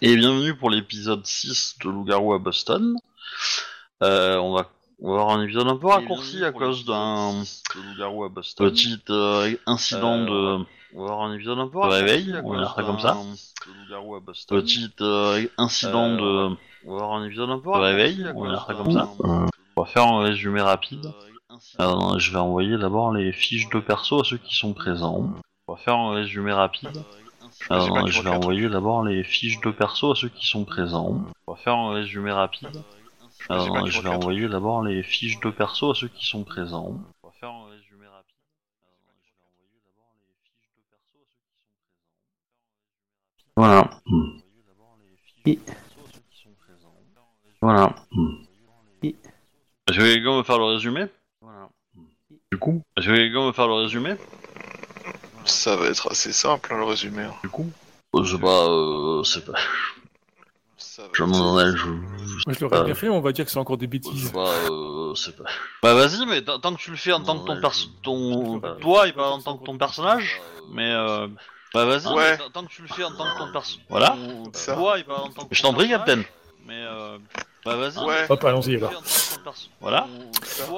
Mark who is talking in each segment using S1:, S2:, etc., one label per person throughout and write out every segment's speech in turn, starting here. S1: Et bienvenue pour l'épisode 6 de Loup-Garou à Boston. Euh, on, va, on va avoir un épisode un peu raccourci
S2: Bienvenue
S1: à
S2: pour
S1: cause
S2: l'épisode
S1: d'un
S2: 6 de Loup-garou à Boston.
S1: petit euh, incident
S2: Euh,
S1: de. On va avoir un épisode un peu
S2: Au
S1: réveil, on va dire ça comme ça.
S2: De Loup-garou à Boston.
S1: Petit euh, incident
S2: Euh,
S1: de. On va avoir un épisode un peu
S2: Au
S1: réveil,
S2: réveil,
S1: on va dire ça
S2: euh,
S1: comme ça.
S2: euh,
S1: On va faire un résumé rapide.
S2: euh,
S1: Euh, je vais envoyer d'abord les fiches de perso à ceux qui sont présents. On va faire un résumé rapide.
S2: euh,
S1: Euh, je vais envoyer d'abord les fiches de perso à ceux qui sont présents. On va faire un résumé rapide. bah,
S2: Euh,
S1: Alors,
S2: pas qui
S1: je vais
S2: recadre.
S1: envoyer d'abord les fiches de perso à ceux qui sont présents. On va faire un résumé rapide. Voilà.
S3: Et-
S1: Voilà.
S3: Et-
S1: Je vais quelqu'un me faire le résumé Voilà. Du coup Je vais quelqu'un me faire le résumé
S4: Ça va être assez simple, hein, le résumé.
S1: Du coup Je sais pas, euh, c'est pas.
S4: Ça va
S1: Je
S4: être-
S1: m'en ai, je-
S5: Moi, je l'aurais
S1: Euh,
S5: bien fait, mais on va dire que c'est encore des
S1: je sais
S5: bêtises.
S1: pas, Bah, euh, c'est pas. Bah vas-y, mais tant tant que tu le fais en tant que ton
S2: Ouais,
S1: perso,
S2: je-
S1: ton,
S5: je peux pas.
S1: toi et pas en tant que ton personnage, mais euh, bah vas-y.
S4: Ouais.
S1: mais tant- Tant que tu le fais en tant que ton perso,
S4: Ah
S1: voilà.
S4: Ça.
S1: Toi et pas en tant que.
S2: Je t'en prie,
S1: Captain. Mais euh, bah vas-y.
S4: Ouais.
S5: Hop, allons-y, alors.
S1: Voilà.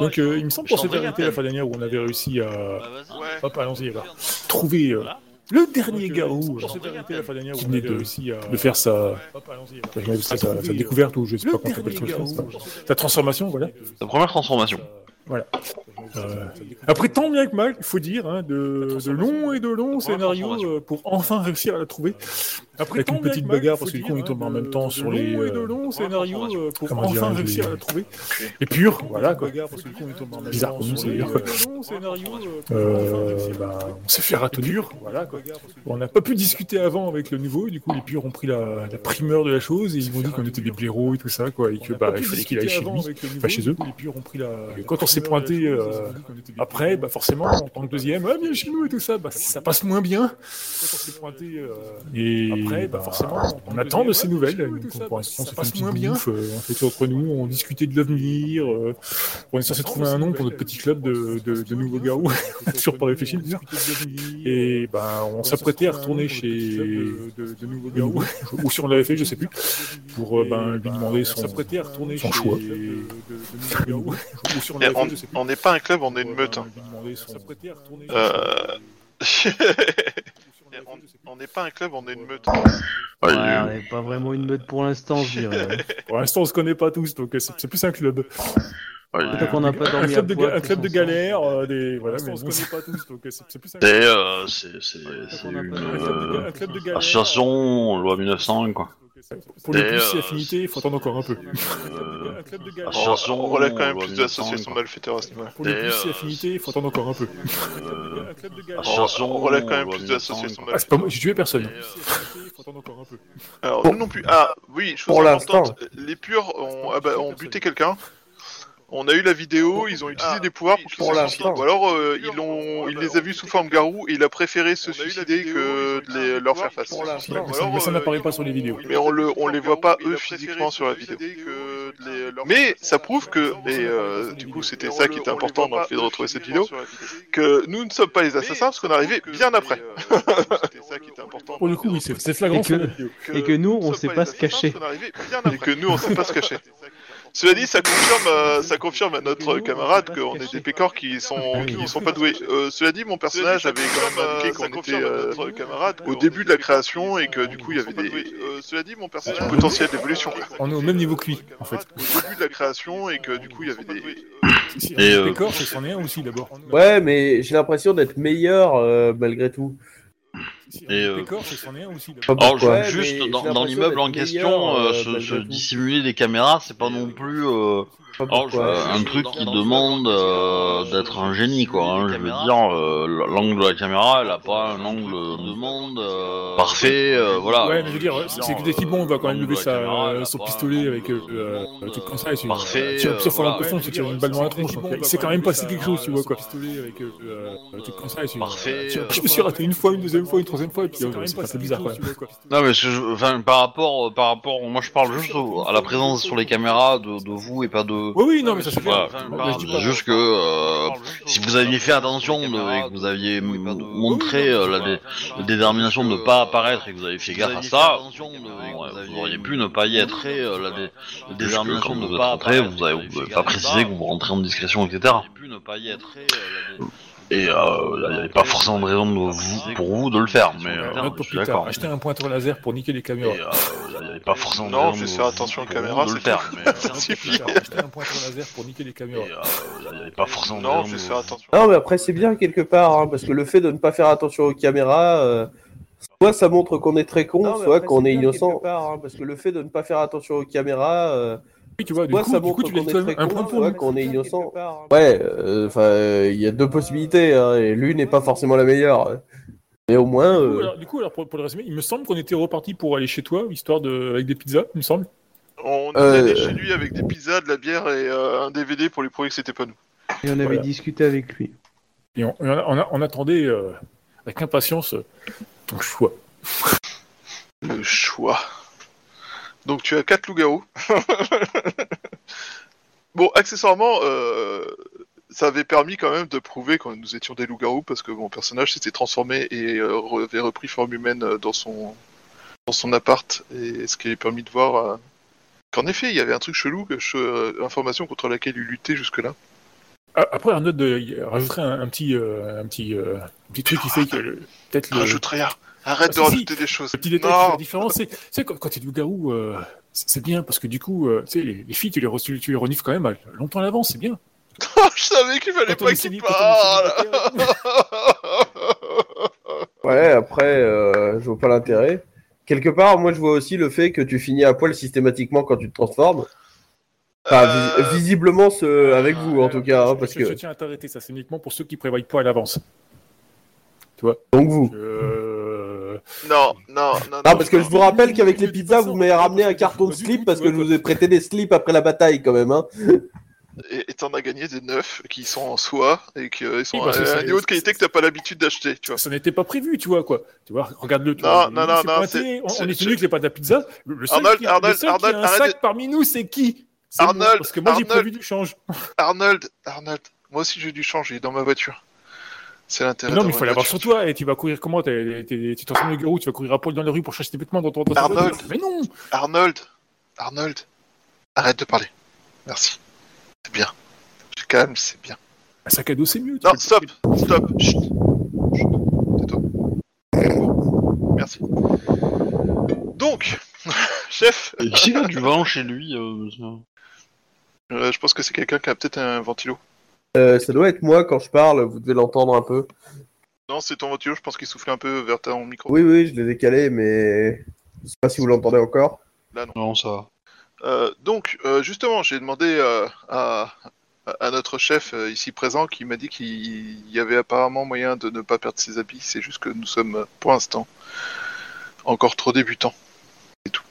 S5: Donc, euh, il me semble
S1: Je
S5: qu'on
S1: t'en
S5: s'était
S1: prie,
S5: arrêté
S1: Captain.
S5: la fois dernière où on avait réussi à.
S1: Bah vas-y.
S4: Ouais.
S5: Hop, allons-y, alors.
S6: trouver euh,
S1: Voilà.
S6: le dernier garou,
S5: On s'était arrêté la fois dernière où
S6: Qui
S5: on
S6: venait
S5: avait
S6: de-
S5: réussi à.
S6: de faire sa,
S5: Hop, allons-y,
S6: sa,
S5: alors.
S6: sa- sa- sa
S5: Le
S6: découverte ou je sais pas comment on
S5: dernier
S6: appelle ça,
S5: garou.
S6: ça. Sa euh, transformation, voilà.
S1: La première transformation.
S6: Euh, après tant bien que mal, il faut dire, hein, de, de long et de long scénario euh, pour enfin réussir à la trouver. Après
S5: Avec une
S6: tant bien
S5: petite
S6: que mal,
S5: bagarre,
S6: faut
S5: parce que du
S6: dire,
S5: coup, on
S6: hein,
S5: tombe en
S6: de-
S5: même temps
S6: de
S5: sur
S6: long
S5: les, euh,
S6: et de long scénario euh, pour
S5: Comment
S6: enfin
S5: dirais-je,
S6: réussir
S5: les-
S6: à la trouver. Et pur, voilà quoi.
S5: Bagarre, parce que du coup, on tombe en même
S6: Bizarre,
S5: temps
S6: comment
S5: sur
S6: c'est
S5: les-
S6: dire, quoi. Euh, bah, on s'est fait ratonner. Dur, voilà quoi. On n'a pas pu discuter avant avec le nouveau, du coup les purs ont pris la, la primeur de la chose et ils m'ont dit qu'on était
S5: hein.
S6: des blaireaux et tout ça quoi, et que bah il fallait qu'il aille chez lui.
S5: Enfin,
S6: chez eux.
S5: Les purs ont pris la.
S6: Et quand on s'est pointé, euh, Après, bah forcément, en tant que deuxième, ah, viens chez nous et tout ça, bah, ça passe moins bien. Et
S5: euh, Après, bah, forcément, en tant
S6: on
S5: que
S6: attend de
S5: deuxième,
S6: ces
S5: ouais,
S6: nouvelles.
S5: chez nous et
S6: Donc,
S5: tout ça,
S6: pour
S5: bah,
S6: l'instant,
S5: ça
S6: c'est
S5: passe
S6: une petite
S5: moins bien.
S6: bouffe, euh, on fait tout entre nous, on discutait de l'avenir. euh, on est censé trouver un nom pour notre petit club de, de, de nouveaux garous.
S5: euh,
S6: Toujours pas réfléchi, bizarre. Et bah, on s'apprêtait à retourner chez le nouveau, ou si on l'avait fait, je sais plus, pour euh, ben, lui demander son, son choix.
S4: Et on- on n'est pas un club, on est une meute. hein. Euh, Et on- On n'est pas un club, on est une meute.
S3: Ouais, on est pas vraiment une meute pour l'instant, je dirais. hein. ouais.
S6: Pour l'instant, on se connaît pas tous, donc euh, c'est c'est plus un club.
S3: Tant qu'on n'a pas
S6: Un
S3: dormi à
S6: club de,
S3: poil,
S6: ga- un
S3: tous
S6: club de
S3: ensemble.
S6: galère, euh, des. Voilà, mais bon,
S5: connaît pas tous, donc c'est c'est plus un
S1: C'est euh, c'est c'est
S3: Tant
S1: c'est
S3: qu'on n'a
S1: une
S3: pas dormi à
S6: club de
S3: poil,
S6: ga-
S1: euh,
S6: un club de galère.
S1: association loi 1901 quoi.
S6: Pour le
S1: Et,
S6: plus, c'est
S1: euh,
S6: affinité, il faut attendre encore un peu.
S1: Euh,
S6: Un club de galère.
S4: On,
S1: association
S4: on relève quand même
S1: loi
S4: plus de
S1: 1901,
S4: l'association
S1: quoi.
S4: malfaiteurs à ce niveau-là.
S6: Pour le
S1: et,
S6: plus, c'est
S1: euh,
S6: affinité, il faut attendre encore un peu.
S1: Euh,
S6: Un club de galère.
S1: association
S4: On relève quand même
S1: loi
S4: plus de l'association
S1: 1901,
S6: Ah, c'est pas moi,
S4: malfaiteurs.
S6: j'ai tué personne.
S1: euh,
S5: il faut attendre encore un peu.
S4: Alors, nous non plus. Ah, oui, chose
S6: Pour l'instant.
S4: importante. Les purs ont, ah bah, ont buté quelqu'un. On a eu la vidéo, ils ont utilisé des pouvoirs pour qu'ils
S6: pour
S4: se
S6: l'instant.
S4: suicident. Ou alors, euh, ils, l'ont, il les a vus sous forme garou et il a préféré se suicider que de les- leur faire face.
S6: Mais ça- mais ça n'apparaît pas sur les vidéos.
S4: Mais on, le, on les voit pas eux physiquement sur la vidéo. Mais ça prouve que, et euh, du coup c'était ça qui était important dans le fait de retrouver cette vidéo, que nous ne sommes pas les assassins parce qu'on est arrivé bien après. C'était ça qui était important.
S6: Pour le coup, oui, c'est c'est flagrant.
S3: Et que-
S6: sur la vidéo.
S3: Et que nous, on sait pas se cacher.
S4: Et que nous on sait pas se cacher. Cela dit, ça confirme, euh, ça confirme à notre camarade qu'on est des pécores qui sont, qui sont pas doués. Euh, cela dit, mon personnage avait quand même indiqué qu'on était euh, au début de la création et que du coup il y avait des euh, cela dit, mon personnage du potentiel d'évolution. quoi.
S6: On est au même niveau que lui, en fait.
S4: Au début de la création et que du coup il y avait des
S6: Si,
S1: Et, euh,
S6: Le décor, c'est c'en est un aussi d'abord.
S7: Ouais, mais j'ai l'impression d'être meilleur euh, malgré tout.
S1: Et, euh,
S6: Le décor, c'est c'en est un aussi d'abord.
S7: Enfin,
S1: Alors, je-
S7: pourquoi
S1: juste
S7: mais
S1: dans,
S7: j'ai
S1: dans l'immeuble en
S7: l'impression d'être
S1: question,
S7: meilleur,
S1: euh,
S7: euh,
S1: se,
S7: malgré
S1: se
S7: tout.
S1: dissimuler des caméras, c'est pas non plus euh,
S7: Enfin,
S1: alors, je- hein.
S7: pourquoi
S1: un truc qui demande euh, d'être un génie, quoi. hein. je veux dire, euh, l'angle de la caméra, elle a pas un angle de demande euh, parfait, euh, voilà.
S6: Ouais, mais je veux dire,
S1: Euh,
S6: c'est que définitivement, on va quand même
S1: l'angle
S6: lever
S1: de la
S6: sa-
S1: caméra, elle a
S6: son
S1: pas
S6: pistolet
S1: un
S6: avec,
S1: angle
S6: euh,
S1: de demande,
S6: euh, un truc comme ça, et tu-
S1: parfait.
S6: Tu
S1: euh,
S6: vas pire sur
S1: voilà.
S6: l'impression, c'est tirer une balle dans la tronche. donc, C'est quand même passé quelque chose, tu vois quoi. avec un truc comme ça, et tu-
S1: Parfait,
S6: tu-
S1: euh,
S6: Je me suis raté une fois, une deuxième fois, une troisième fois, et puis euh, c'est passé bizarre quoi.
S1: Non mais ce que je- enfin, par rapport, par rapport, moi je parle juste au- à la présence sur les caméras de, de vous et pas de euh,
S6: Oui, oui, non, mais ça c'est
S1: voilà,
S6: clair.
S2: enfin,
S1: Bah, je
S6: Mais je dis pas-
S1: parle juste que euh, si vous aviez fait attention de- et que vous aviez m- montré euh, la, dé- la détermination de ne pas apparaître et que Euh, vous aviez fait gaffe à ça, ouais, vous auriez pu ne pas y être. Et, euh, la dé- la détermination de ne pas rentrer, vous avez vous avez pas précisé que vous rentrez en discrétion, etc. Et euh, là, il n'y avait pas forcément de raison de vous- pour vous de le faire, mais euh,
S6: Note
S1: je
S6: pour
S1: suis
S6: plus tard,
S1: d'accord.
S6: acheter un pointeur laser pour niquer les
S1: Et,
S6: caméras.
S1: euh, là, il n'y avait pas forcément de
S4: Non,
S1: raison
S4: juste
S1: de-
S4: faire attention aux
S1: pour vous
S4: caméras,
S1: de le
S4: c'est
S1: faire, mais euh,
S6: Note pour plus tard, acheter un pointeur laser pour niquer les caméras.
S1: et, euh, là, il n'y avait pas forcément de
S4: Non,
S1: raison
S4: je
S1: de-
S4: vais faire attention.
S7: Non, mais après, c'est bien quelque part, hein, parce que le fait de ne pas faire attention aux caméras, euh, soit ça montre qu'on est très con, soit qu'on est innocent.
S3: hein,
S7: parce que le fait de ne pas faire attention aux caméras, euh,
S6: Oui, tu vois, du
S7: soit ça
S6: coup, du
S7: montre
S6: coup, tu
S7: qu'on
S6: gagnes
S7: est
S6: quand
S7: très
S6: même un point
S7: con,
S6: pour nous.
S7: soit qu'on est innocent. Ouais, euh, enfin, euh, il y a deux possibilités, hein, et l'une n'est pas forcément la meilleure. Mais au moins,
S6: Du coup,
S7: euh,
S6: alors, du coup, alors pour, pour le résumer, il me semble qu'on était reparti pour aller chez toi, histoire de avec des pizzas, il me semble.
S4: On est
S7: Euh,
S4: allé chez lui avec des pizzas, de la bière et euh, un DVD pour lui prouver que c'était pas nous.
S3: Et on avait
S6: Voilà.
S3: discuté avec lui.
S6: Et on, on a- on a- on attendait euh, avec impatience euh, ton choix.
S4: Le choix. Donc tu as quatre loups-garous. bon, accessoirement, euh, ça avait permis quand même de prouver que nous étions des loups-garous parce que mon personnage s'était transformé et euh, re- avait repris forme humaine euh, dans son dans son appart et ce qui avait permis de voir euh, qu'en effet il y avait un truc chelou, que je- euh, information contre laquelle il luttait jusque-là.
S6: Ah, Après, Arnaud de, il rajouterait un, un petit, euh, un petit, euh, un petit truc qui fait que le- peut-être le,
S4: Rajoute rien. Arrête
S6: Ah,
S4: de
S6: si,
S4: rajouter des choses.
S6: le petit détail qui fait
S4: non,
S6: la différence, c'est- c'est quand, quand t'es du garou, c'est c'est bien parce que du coup, euh, tu sais, les, les filles, tu les, re- tu les renifles quand même à- longtemps à l'avance, c'est bien.
S4: je savais qu'il fallait
S6: Quand on
S4: pas
S6: est
S4: qu'il
S6: célib- quand on est
S4: parle.
S6: célibataire,
S7: ouais, après, euh, je vois pas l'intérêt. Quelque part, moi, je vois aussi le fait que tu finis à poil systématiquement quand tu te transformes. Enfin, vis-
S4: Euh,
S7: visiblement, ce- avec vous, en
S6: Alors,
S7: tout cas,
S6: euh, Ah, je-
S7: hein, parce
S6: je, je
S7: que...
S6: tiens à t'arrêter, ça c'est uniquement pour ceux qui prévoient pas à l'avance.
S7: Donc vous.
S6: Euh,
S4: Non, non, non.
S7: Ah, parce que je vous rappelle qu'avec les pizzas, vous m'avez ramené un carton de slip parce que je vous ai prêté des slips après la bataille, quand même. Hein.
S4: Et et t'en as gagné des neufs qui sont en soie et qui euh, ils sont
S6: Oui, parce que
S4: à un
S6: c'est-
S4: niveau de qualité que t'as pas l'habitude d'acheter, tu vois.
S6: ça n'était pas prévu, tu vois quoi. Tu vois, regarde-le. tu
S4: Non,
S6: vois,
S4: non,
S6: il
S4: non,
S6: s'est
S4: non,
S6: pointé,
S4: c'est-
S6: on-
S4: c'est-
S6: On est
S4: je-
S6: tenu que les pâtes à pizza. Le le seul
S4: Arnold,
S6: qui a, le
S4: Arnold,
S6: seul qui a
S4: Arnold,
S6: un
S4: arrête
S6: sac parmi nous, c'est qui C'est moi,
S4: Arnold,
S6: Parce que moi j'ai
S4: Arnold.
S6: prévu du change.
S4: Arnold, Arnold, moi aussi j'ai du change, il est dans ma voiture. C'est l'intérêt.
S6: Non, mais il
S4: d'avoir
S6: faut
S4: une
S6: l'avoir
S4: voiture.
S6: sur toi. Et tu vas courir comment T'es- t'es- Tu transformes le garou, tu vas courir à poil dans la rue pour chercher tes vêtements dans ton. dans ton-
S4: Arnold.
S6: Mais non
S4: Arnold, Arnold, arrête de parler. Merci. C'est bien. Tu calmes, c'est bien.
S6: Un sac à dos, c'est mieux. tu
S4: Non,
S6: peux-
S4: stop, stop. Chut. Chut. Tais-toi. Merci. Donc, chef,
S1: Et Qui a du vent chez lui euh, ça
S4: euh, je pense que c'est quelqu'un qui a peut-être un ventilo.
S7: Euh, ça doit être moi quand je parle, vous devez l'entendre un peu.
S4: Non, c'est ton ventilo, je pense qu'il soufflait un peu vers ton micro.
S7: Oui, oui, je l'ai décalé, mais je sais pas si vous l'entendez encore.
S1: Non, ça va.
S4: Euh, donc, euh, justement, j'ai demandé euh, à, à notre chef euh, ici présent qui m'a dit qu'il y avait apparemment moyen de ne pas perdre ses habits. C'est juste que nous sommes, euh, pour l'instant, encore trop débutants. C'est tout.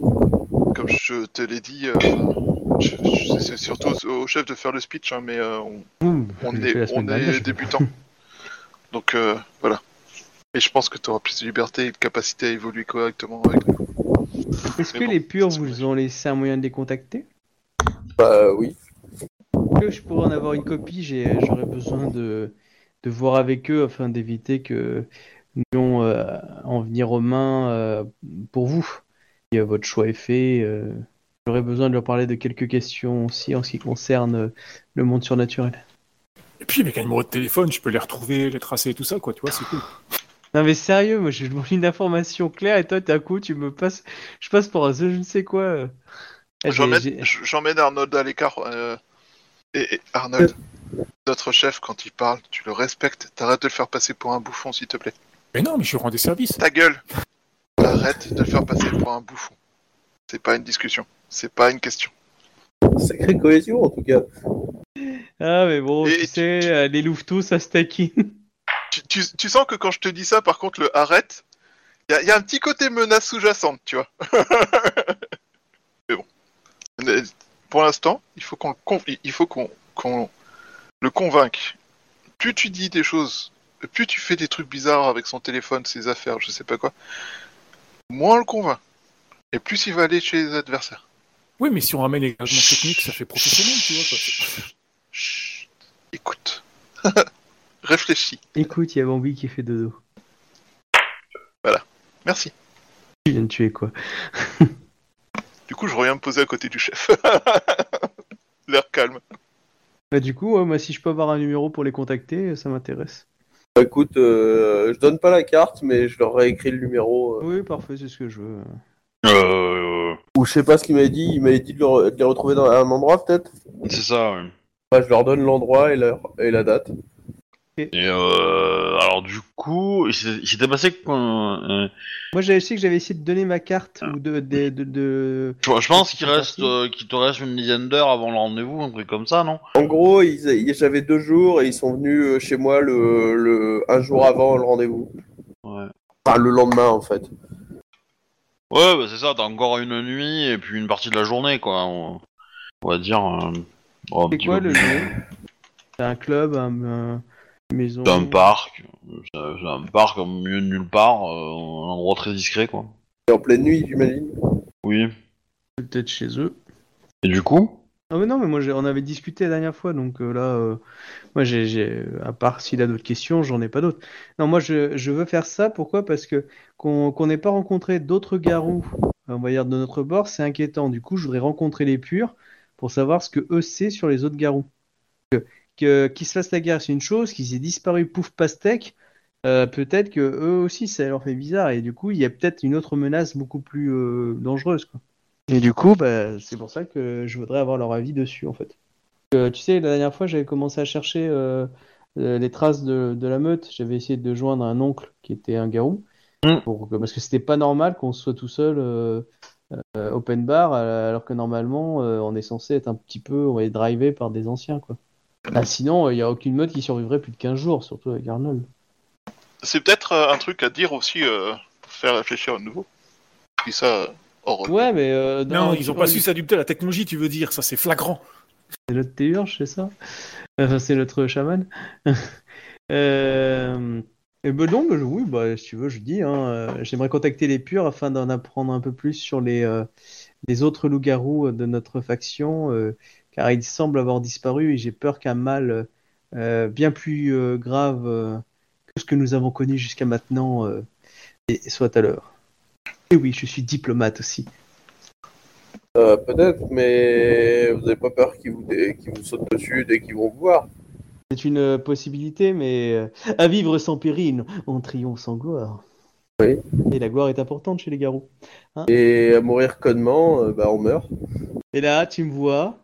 S4: Comme je te l'ai dit, euh, je- je- c'est surtout au- au chef de faire le speech, hein, mais euh, on, on est, on est débutants. Donc, euh, voilà. Et je pense que tu auras plus de liberté et de capacité à évoluer correctement avec nous.
S3: Est-ce
S4: Mais
S3: que
S4: bon,
S3: les purs
S4: c'est
S3: vous ont laissé un moyen de les contacter
S7: Bah oui.
S3: Que je pourrais en avoir une copie, j'ai- j'aurais besoin de, de voir avec eux afin d'éviter que nous ayons, euh, en venir aux mains euh, pour vous. Si euh, votre choix est fait, euh, j'aurais besoin de leur parler de quelques questions aussi en ce qui concerne euh, le monde surnaturel.
S6: Et puis avec un numéro de téléphone, je peux les retrouver, les tracer et tout ça, quoi. Tu vois, c'est cool.
S3: Non mais sérieux, moi je demande une information claire et toi d'un coup tu me passes, je passe pour un je ne sais quoi. euh. Ah, j'ai- j'ai-
S4: J'emmène j'emmène Arnold à l'écart. euh, et, et Arnold, notre chef, quand il parle, tu le respectes. T'arrêtes de le faire passer pour un bouffon, s'il te plaît.
S6: Mais non, mais je rends des services.
S4: Ta gueule Arrête de le faire passer pour un bouffon. C'est pas une discussion. C'est pas une question.
S7: Sacrée cohésion, en tout cas.
S3: Ah mais bon,
S4: Et
S3: tu
S4: tu-
S3: sais, euh, les louveteaux ça se taquine.
S4: Tu, tu- tu sens que quand je te dis ça, par contre, le arrête, il y a, y a un petit côté menace sous-jacente, tu vois. Mais bon. Mais Pour l'instant, il faut qu'on le conv- il- il faut qu'on qu'on le convainque. Plus tu dis des choses, plus tu fais des trucs bizarres avec son téléphone, ses affaires, je sais pas quoi, moins on le convainc. Et plus il va aller chez les adversaires.
S6: Oui, mais si on ramène les gagements techniques, ça fait professionnel, tu vois. quoi.
S4: Chut. Écoute. Réfléchis.
S3: Écoute, il y a Bambi qui fait dodo.
S4: Merci.
S3: Tu viens de tuer quoi.
S4: Du coup, je reviens me poser à côté du chef. L'air calme.
S3: Bah, du coup, ouais, moi, si je peux avoir un numéro pour les contacter, ça m'intéresse.
S7: Bah, écoute, euh, je donne pas la carte, mais je leur ai écrit le numéro. euh.
S3: Oui, parfait, c'est ce que je veux.
S1: Euh,
S7: Ou je sais pas ce qu'il m'avait dit, il m'avait dit de, le re- de les retrouver dans un endroit peut-être.
S1: c'est ça, ouais.
S7: Bah, je leur donne l'endroit et, l'heure- et la date.
S1: Et euh, alors du coup, il s'est- il s'était passé quand euh,
S3: Moi, j'avais sais que j'avais essayé de donner ma
S4: Ah.
S3: carte ou de. de, de, de-
S1: je, je pense qu'il
S3: C'est
S1: reste,
S3: parti.
S1: euh, qu'il te reste une dizaine d'heures avant le rendez-vous, un truc comme ça, non
S7: En gros, ils, ils- j'avais deux jours et ils sont venus euh, chez moi le, le un jour avant le rendez-vous.
S1: Ouais.
S7: Enfin, le lendemain en fait.
S1: Ouais, bah, c'est ça. T'as encore une nuit et puis une partie de la journée, quoi. On, on va dire. euh, bon, un
S3: C'est
S1: petit
S3: quoi
S1: peu
S3: le
S1: plus.
S3: lieu C'est un club, un, un- une maison.
S1: C'est un parc. C'est c'est un parc au milieu de nulle part, euh, un endroit très discret, quoi.
S7: Et en pleine nuit, j'imagine.
S1: Oui.
S3: Peut-être chez eux.
S1: Et du coup
S3: Ah mais non, mais moi j'ai- on avait discuté la dernière fois, donc euh, là, euh, moi j'ai, j'ai- à part s'il a d'autres questions, j'en ai pas d'autres. Non, moi je, je veux faire ça, pourquoi? Parce que qu'on qu'on n'ait pas rencontré d'autres garous, on va dire de notre bord, c'est inquiétant. Du coup, je voudrais rencontrer les purs pour savoir ce que eux savent sur les autres garous. Que, que- qu'ils se fassent la guerre, c'est une chose, qu'ils aient disparu, pouf, pastèque, euh, peut-être que eux aussi ça leur fait bizarre, et du coup, il y a peut-être une autre menace beaucoup plus euh, dangereuse, quoi. Et du coup, bah, c'est pour ça que je voudrais avoir leur avis dessus, en fait. Euh, tu sais, la dernière fois, j'avais commencé à chercher euh, euh, les traces de, de la meute. J'avais essayé de joindre un oncle qui était un garou,
S1: Mm.
S3: pour que- parce que c'était pas normal qu'on soit tout seul euh, euh, open bar, euh, alors que normalement, euh, on est censé être un petit peu on est drivé par des anciens, quoi. Bah, sinon, il n'y a aucune meute qui survivrait plus de 15 jours, surtout avec Arnold.
S4: C'est peut-être euh, un truc à dire aussi euh, pour faire réfléchir à nouveau. Je dis ça euh, hors.
S3: Ouais, mais... euh,
S6: Non,
S3: dans-
S6: ils ont pas su s'adapter à la technologie, tu veux dire, ça c'est flagrant.
S3: C'est l'autre Théurge, c'est ça? Enfin, c'est l'autre chaman. Euh, Et ben non, mais je- oui, bah, si tu veux, je dis. hein, euh, j'aimerais contacter les purs afin d'en apprendre un peu plus sur les, euh, les autres loups-garous euh, de notre faction, euh, car ils semblent avoir disparu et j'ai peur qu'un mal euh, bien plus euh, grave euh, que ce que nous avons connu jusqu'à maintenant euh, et- et soit à l'heure. Et oui, je suis diplomate aussi.
S7: Euh, Peut-être, mais vous avez pas peur qu'ils vous, dé- qu'ils vous sautent dessus dès qu'ils vont vous voir.
S3: C'est une euh, possibilité, mais euh, à vivre sans péril, on triomphe sans gloire.
S7: Oui.
S3: Et la gloire est importante chez les garous.
S7: Et à mourir connement, euh, bah on meurt.
S3: Et là, tu me vois,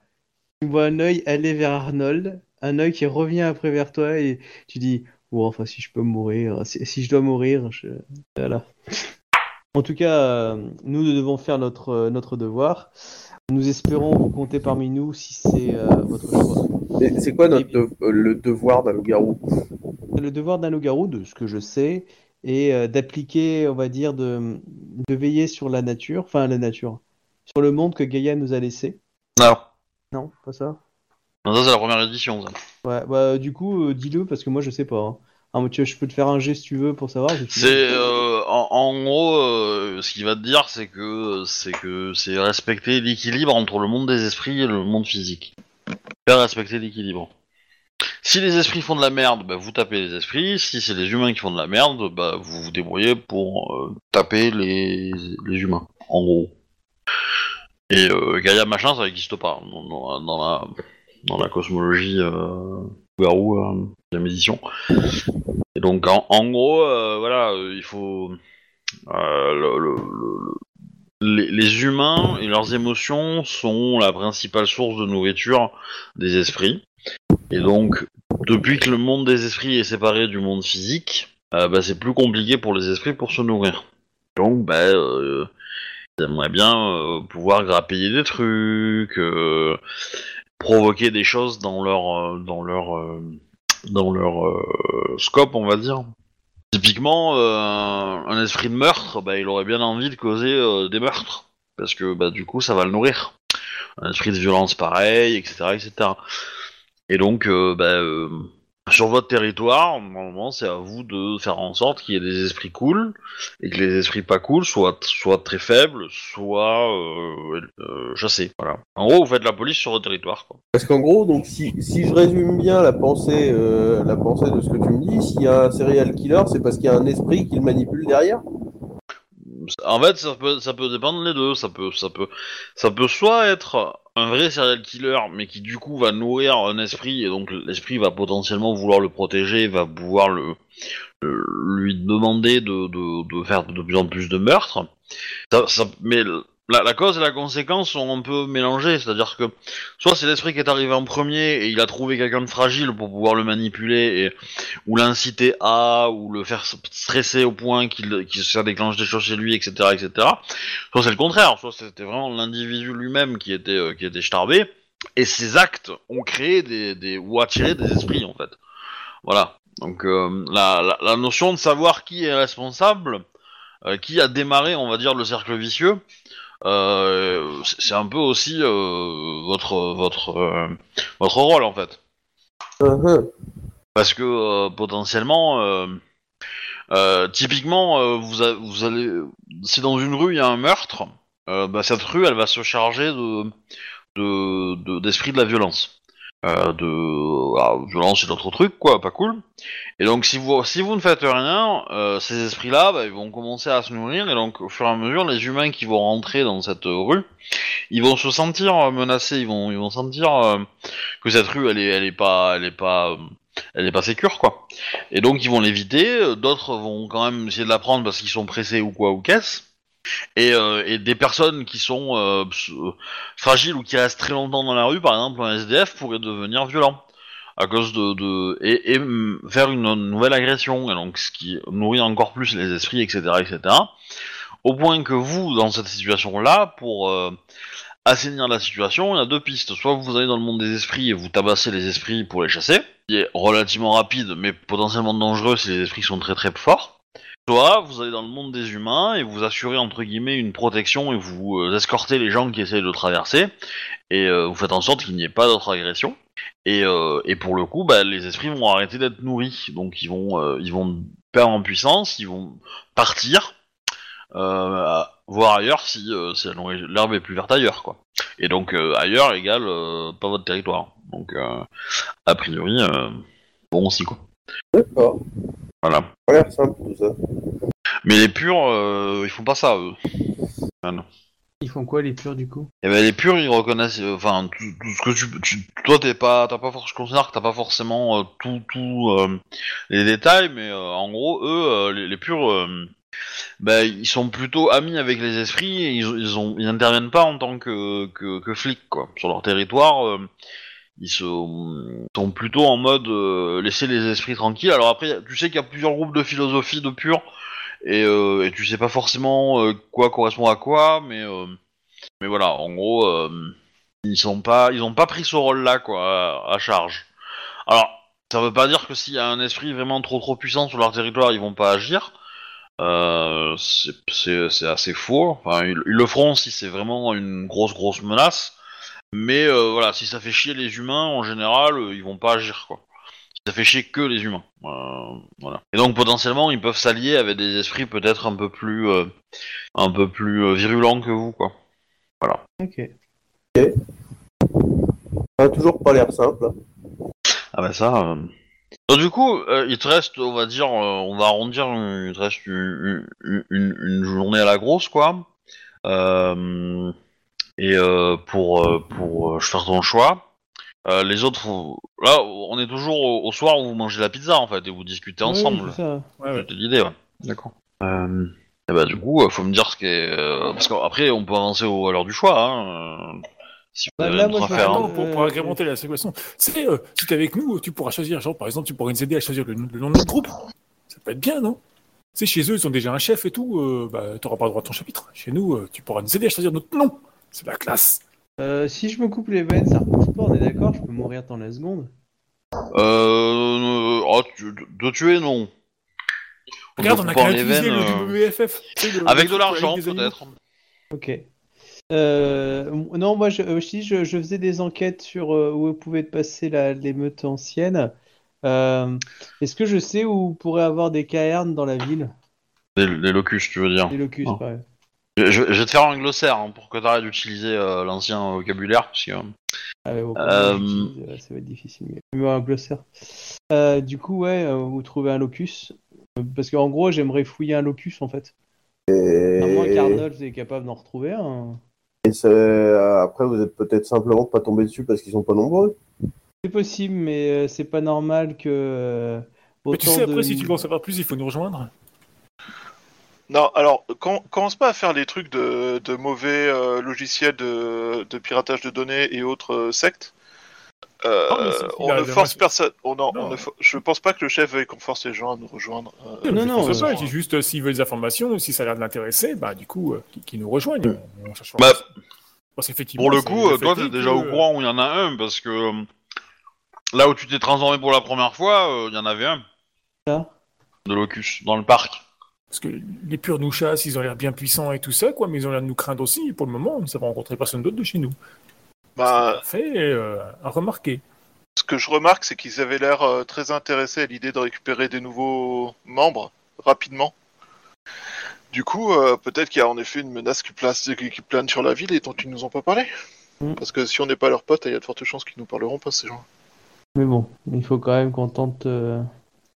S3: tu me vois un œil aller vers Arnold, un œil qui revient après vers toi, et tu dis, bon, enfin, si je peux mourir, si, si je dois mourir, je... Voilà. En tout cas, euh, nous devons faire notre, euh, notre devoir. Nous espérons vous compter parmi nous si c'est euh, votre choix.
S7: Et C'est quoi notre de- euh, le devoir d'un loup-garou
S3: le devoir d'un loup-garou, de ce que je sais, est euh, d'appliquer, on va dire, de, de veiller sur la nature, enfin la nature, sur le monde que Gaïa nous a laissé.
S1: Non.
S3: Non, pas ça.
S1: Non, ça c'est la première édition. Ça.
S3: Ouais, bah du coup, euh, dis-le parce que moi je sais pas. hein. Ah, mais tu- je peux te faire un geste si tu veux pour savoir. je-
S1: C'est euh, en, en gros, euh, ce qu'il va te dire, c'est que c'est que c'est respecter l'équilibre entre le monde des esprits et le monde physique. Faire respecter l'équilibre. Si les esprits font de la merde, bah, vous tapez les esprits. Si c'est les humains qui font de la merde, bah, vous vous débrouillez pour euh, taper les, les humains, en gros. Et euh, Gaïa machin, ça n'existe pas dans, dans la- dans la dans la cosmologie euh, garou, euh, deuxième édition. Et donc, en, en gros, euh, voilà, euh, il faut. euh, le- le- le- le- les, les humains et leurs émotions sont la principale source de nourriture des esprits. Et donc, depuis que le monde des esprits est séparé du monde physique, euh, bah, c'est plus compliqué pour les esprits pour se nourrir. Donc, bah, euh, ils aimeraient bien euh, pouvoir grappiller des trucs, euh, provoquer des choses dans leur, euh, dans leur euh, dans leur euh, scope, on va dire. Typiquement, euh, un esprit de meurtre, bah, il aurait bien envie de causer euh, des meurtres. Parce que bah, du coup, ça va le nourrir. Un esprit de violence, pareil, etc. etc. Et donc, euh, bah, euh, sur votre territoire, normalement, c'est à vous de faire en sorte qu'il y ait des esprits cool et que les esprits pas cool soient soit très faibles, soit euh, euh, chassés. Voilà. En gros, vous faites la police sur votre territoire. Quoi.
S7: Parce qu'en gros, donc si, si je résume bien la pensée, euh, la pensée de ce que tu me dis, s'il y a un serial killer, c'est parce qu'il y a un esprit qui le manipule derrière.
S1: En fait, ça peut, ça peut dépendre les deux. Ça peut, ça peut, ça peut soit être un vrai serial killer, mais qui du coup va nourrir un esprit, et donc l'esprit va potentiellement vouloir le protéger, va pouvoir le, le- lui demander de, de- de faire de plus en plus de meurtres. Ça- ça- mais le- la, la cause et la conséquence sont un peu mélangées, c'est-à-dire que soit c'est l'esprit qui est arrivé en premier et il a trouvé quelqu'un de fragile pour pouvoir le manipuler et ou l'inciter à ou le faire stresser au point qu'il qu'il se déclenche des choses chez lui, etc., etc. Soit c'est le contraire, soit c'était vraiment l'individu lui-même qui était euh, qui était starbé, et ses actes ont créé des, des ou attiré des esprits en fait. Voilà. Donc euh, la, la, la notion de savoir qui est responsable, euh, qui a démarré, on va dire, le cercle vicieux, euh, c'est c'est un peu aussi euh, votre votre euh, votre rôle en fait.
S8: Uh-huh.
S7: Mhm.
S1: Parce que euh, potentiellement, euh, euh, typiquement, euh, vous, a- vous allez, si dans une rue il y a un meurtre, euh, bah, cette rue elle va se charger de de- de- d'esprit de, la violence, Euh, de ah, violence et d'autres trucs quoi, pas cool. Et donc si vous si vous ne faites rien, euh, ces esprits là ils vont commencer à se nourrir et donc au fur et à mesure les humains qui vont rentrer dans cette euh, rue, ils vont se sentir euh, menacés, ils vont ils vont sentir euh, que cette rue elle est elle est pas elle est pas euh, elle est pas sécure quoi. Et donc ils vont l'éviter, euh, d'autres vont quand même essayer de la prendre parce qu'ils sont pressés ou quoi ou qu'est-ce. Et, euh, et des personnes qui sont euh, ps- euh, fragiles ou qui restent très longtemps dans la rue, par exemple un SDF pourrait devenir violent à cause de, de et, et, mm, faire une nouvelle agression et donc ce qui nourrit encore plus les esprits etc etc. Au point que vous dans cette situation là pour euh, assainir la situation, il y a deux pistes. Soit vous allez dans le monde des esprits et vous tabassez les esprits pour les chasser, qui est relativement rapide mais potentiellement dangereux si les esprits sont très très forts. Soit vous allez dans le monde des humains et vous assurez entre guillemets une protection et vous euh, escortez les gens qui essayent de traverser et euh, vous faites en sorte qu'il n'y ait pas d'autres agressions. Et, euh, et pour le coup, bah, les esprits vont arrêter d'être nourris, donc ils vont euh, ils vont perdre en puissance, ils vont partir, euh, à- voir ailleurs si, euh, si la nourri- l'herbe est plus verte ailleurs quoi. Et donc euh, ailleurs égale euh, pas votre territoire. Donc euh, a priori euh, bon aussi quoi.
S7: D'accord.
S1: Voilà.
S7: Ça a l'air simple tout ça.
S1: Mais les purs, euh, ils font pas ça. Eux.
S3: Ils font quoi les purs du coup
S1: Et ben les purs, ils reconnaissent. euh, Enfin, tout, tout ce que tu, tu toi t'es pas, t'as pas forcément, je considère que t'as pas forcément euh, tout, tout euh, les détails, mais euh, en gros, eux, euh, les, les purs, euh, ben, ils sont plutôt amis avec les esprits. Et ils, ils ont, ils n'interviennent pas en tant que, que, que flics quoi. Sur leur territoire, euh, ils sont, sont plutôt en mode euh, laisser les esprits tranquilles. Alors après, tu sais qu'il y a plusieurs groupes de philosophies de purs. Et, euh, et tu sais pas forcément euh, quoi correspond à quoi, mais euh, mais voilà, en gros, euh, ils sont pas, ils ont pas pris ce rôle-là quoi, à, à charge. Alors, ça veut pas dire que s'il y a un esprit vraiment trop trop puissant sur leur territoire, ils vont pas agir. Euh, c'est- c'est c'est assez faux. Enfin, ils, ils le feront si c'est vraiment une grosse grosse menace. Mais euh, voilà, si ça fait chier les humains, en général, euh, ils vont pas agir quoi. Si Ça fait chier que les humains. Euh, voilà. Et donc potentiellement, ils peuvent s'allier avec des esprits peut-être un peu plus, euh, un peu plus euh, virulents que vous, quoi.
S3: Ok.
S7: Ça a toujours pas l'air simple.
S1: Ah bah ça. euh. Donc, du coup, euh, il te reste, on va dire, euh, on va arrondir, euh, il te reste une, une- une- une journée à la grosse, quoi. Euh, et euh, pour, euh, pour euh, faire ton choix. Euh, les autres, vous- là, on est toujours au, au soir où vous mangez la pizza en fait et vous discutez ensemble.
S3: Ouais, c'est ça.
S5: Ouais, ouais.
S1: C'était l'idée, ouais. D'accord. Euh, et bah, du coup, euh, faut me dire ce qu'est. euh, parce qu'après, on peut avancer au, à l'heure du choix. Hein, euh, si vous
S3: Bah,
S1: avez
S3: là,
S1: d'autres
S3: moi, je vais
S1: affaires,
S3: vraiment-
S1: hein.
S5: Attends, Oh, pour, pour agrémenter la situation, tu sais, euh, si t'es avec nous, tu pourras choisir, genre par exemple, tu pourras nous aider à choisir le, le nom de notre groupe. Ça peut être bien, non Tu sais, chez eux, ils ont déjà un chef et tout, euh, bah, t'auras pas le droit à ton chapitre. Chez nous, euh, tu pourras nous aider à choisir notre nom. C'est la classe.
S3: Euh, si je me coupe les veines, ça repousse pas, on est d'accord Je peux mourir dans la seconde.
S1: Euh, oh, tu- de, de tuer, non.
S5: Regarde,
S1: De
S5: on a
S1: coupant
S5: qu'à
S1: les
S5: utiliser
S1: veines,
S5: le
S1: euh,
S5: WEFF. tu sais, le-
S1: Avec
S5: le
S1: de
S5: truc
S1: l'argent,
S5: des animaux.
S1: peut-être.
S3: Ok. Euh, non, moi, je, euh, je, dis, je, je faisais des enquêtes sur euh, où pouvait être passée la- l'émeute ancienne. Euh, Est-ce que je sais où pourrait avoir des cavernes dans la ville
S1: euh, Des, des locus, tu veux dire.
S3: Des locus,
S1: Oh.
S3: pareil.
S1: Je, je- je vais te faire un glossaire hein, pour que t'arrêtes d'utiliser euh, l'ancien vocabulaire, parce que...
S3: Ah ouais, bon,
S1: Euh,
S3: comme on l'utilise, euh, ça va être difficile. Mais... mais un glossaire. Euh, du coup, ouais, euh, vous trouvez un locus. Euh, Parce qu'en gros, j'aimerais fouiller un locus en fait. À moins qu'Arnold est capable d'en retrouver un.
S8: Et c'est- euh, après, vous êtes peut-être simplement pas tombé dessus parce qu'ils sont pas nombreux.
S3: C'est possible, mais euh, c'est pas normal que. euh,
S5: Mais tu
S3: autant
S5: sais, après,
S3: de-
S5: si tu veux en savoir plus, il faut nous rejoindre.
S4: Non, alors, com- commence pas à faire les trucs de, de mauvais euh, logiciels de, de piratage de données et autres euh, sectes. Euh,
S5: Non, mais c'est- il
S4: on
S5: a-
S4: ne
S5: il a-
S4: force personne. on- non,
S5: Non.
S4: on ne fo- je pense pas que le chef veuille qu'on force les gens à nous rejoindre. euh,
S3: Non,
S5: Je
S3: non,
S5: pense
S3: euh,
S5: pas, c'est juste euh, s'il veut des informations, ou si ça a l'air de l'intéresser, bah du coup, euh, qu'il qu'il nous rejoigne. On cherche
S1: Bah,
S5: parce qu'effectivement,
S1: Pour le
S5: c'est-
S1: coup, euh,
S5: fait
S1: toi,
S5: est
S1: t'es
S5: que,
S1: déjà au
S5: euh,
S1: courant où il y en a un, parce que euh, là où tu t'es transformé pour la première fois, euh, il y en avait un.
S3: Ça
S1: De locus, dans le parc.
S5: Parce que les purs nous chassent, ils ont l'air bien puissants et tout ça, quoi, mais ils ont l'air de nous craindre aussi. Et pour le moment, on ne savons rencontrer personne d'autre de chez nous.
S1: Ah.
S4: bah,
S5: Fait euh, à remarquer.
S4: ce que je remarque, c'est qu'ils avaient l'air euh, très intéressés à l'idée de récupérer des nouveaux membres rapidement. Du coup, euh, peut-être qu'il y a en effet une menace qui, place, qui qui plane sur la ville et dont ils nous ont pas parlé.
S3: Mm.
S4: Parce que si on n'est pas leurs potes, il y a de fortes chances qu'ils nous parleront pas, ces gens.
S3: Mais bon, il faut quand même qu'on tente. euh,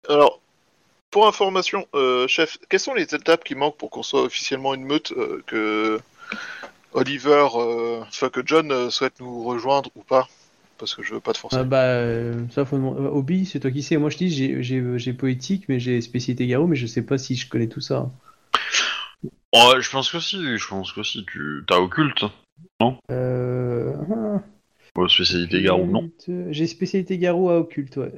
S4: Alors, pour information, euh, chef, quelles sont les étapes qui manquent pour qu'on soit officiellement une meute euh, que Oliver, euh, soit que John euh, souhaite nous rejoindre ou pas Parce que je veux pas te forcer.
S3: Ah bah, euh, ça faut demander- euh, Obi, c'est toi qui sais. Moi, je dis, j'ai- j'ai j'ai poétique, mais j'ai spécialité garou, mais je sais pas si je connais tout ça.
S1: Ouais, je pense que si, je pense que si. Tu t'as occulte,
S3: Euh... ah.
S1: euh, spécialité garou, non
S3: J'ai spécialité garou à occulte, ouais.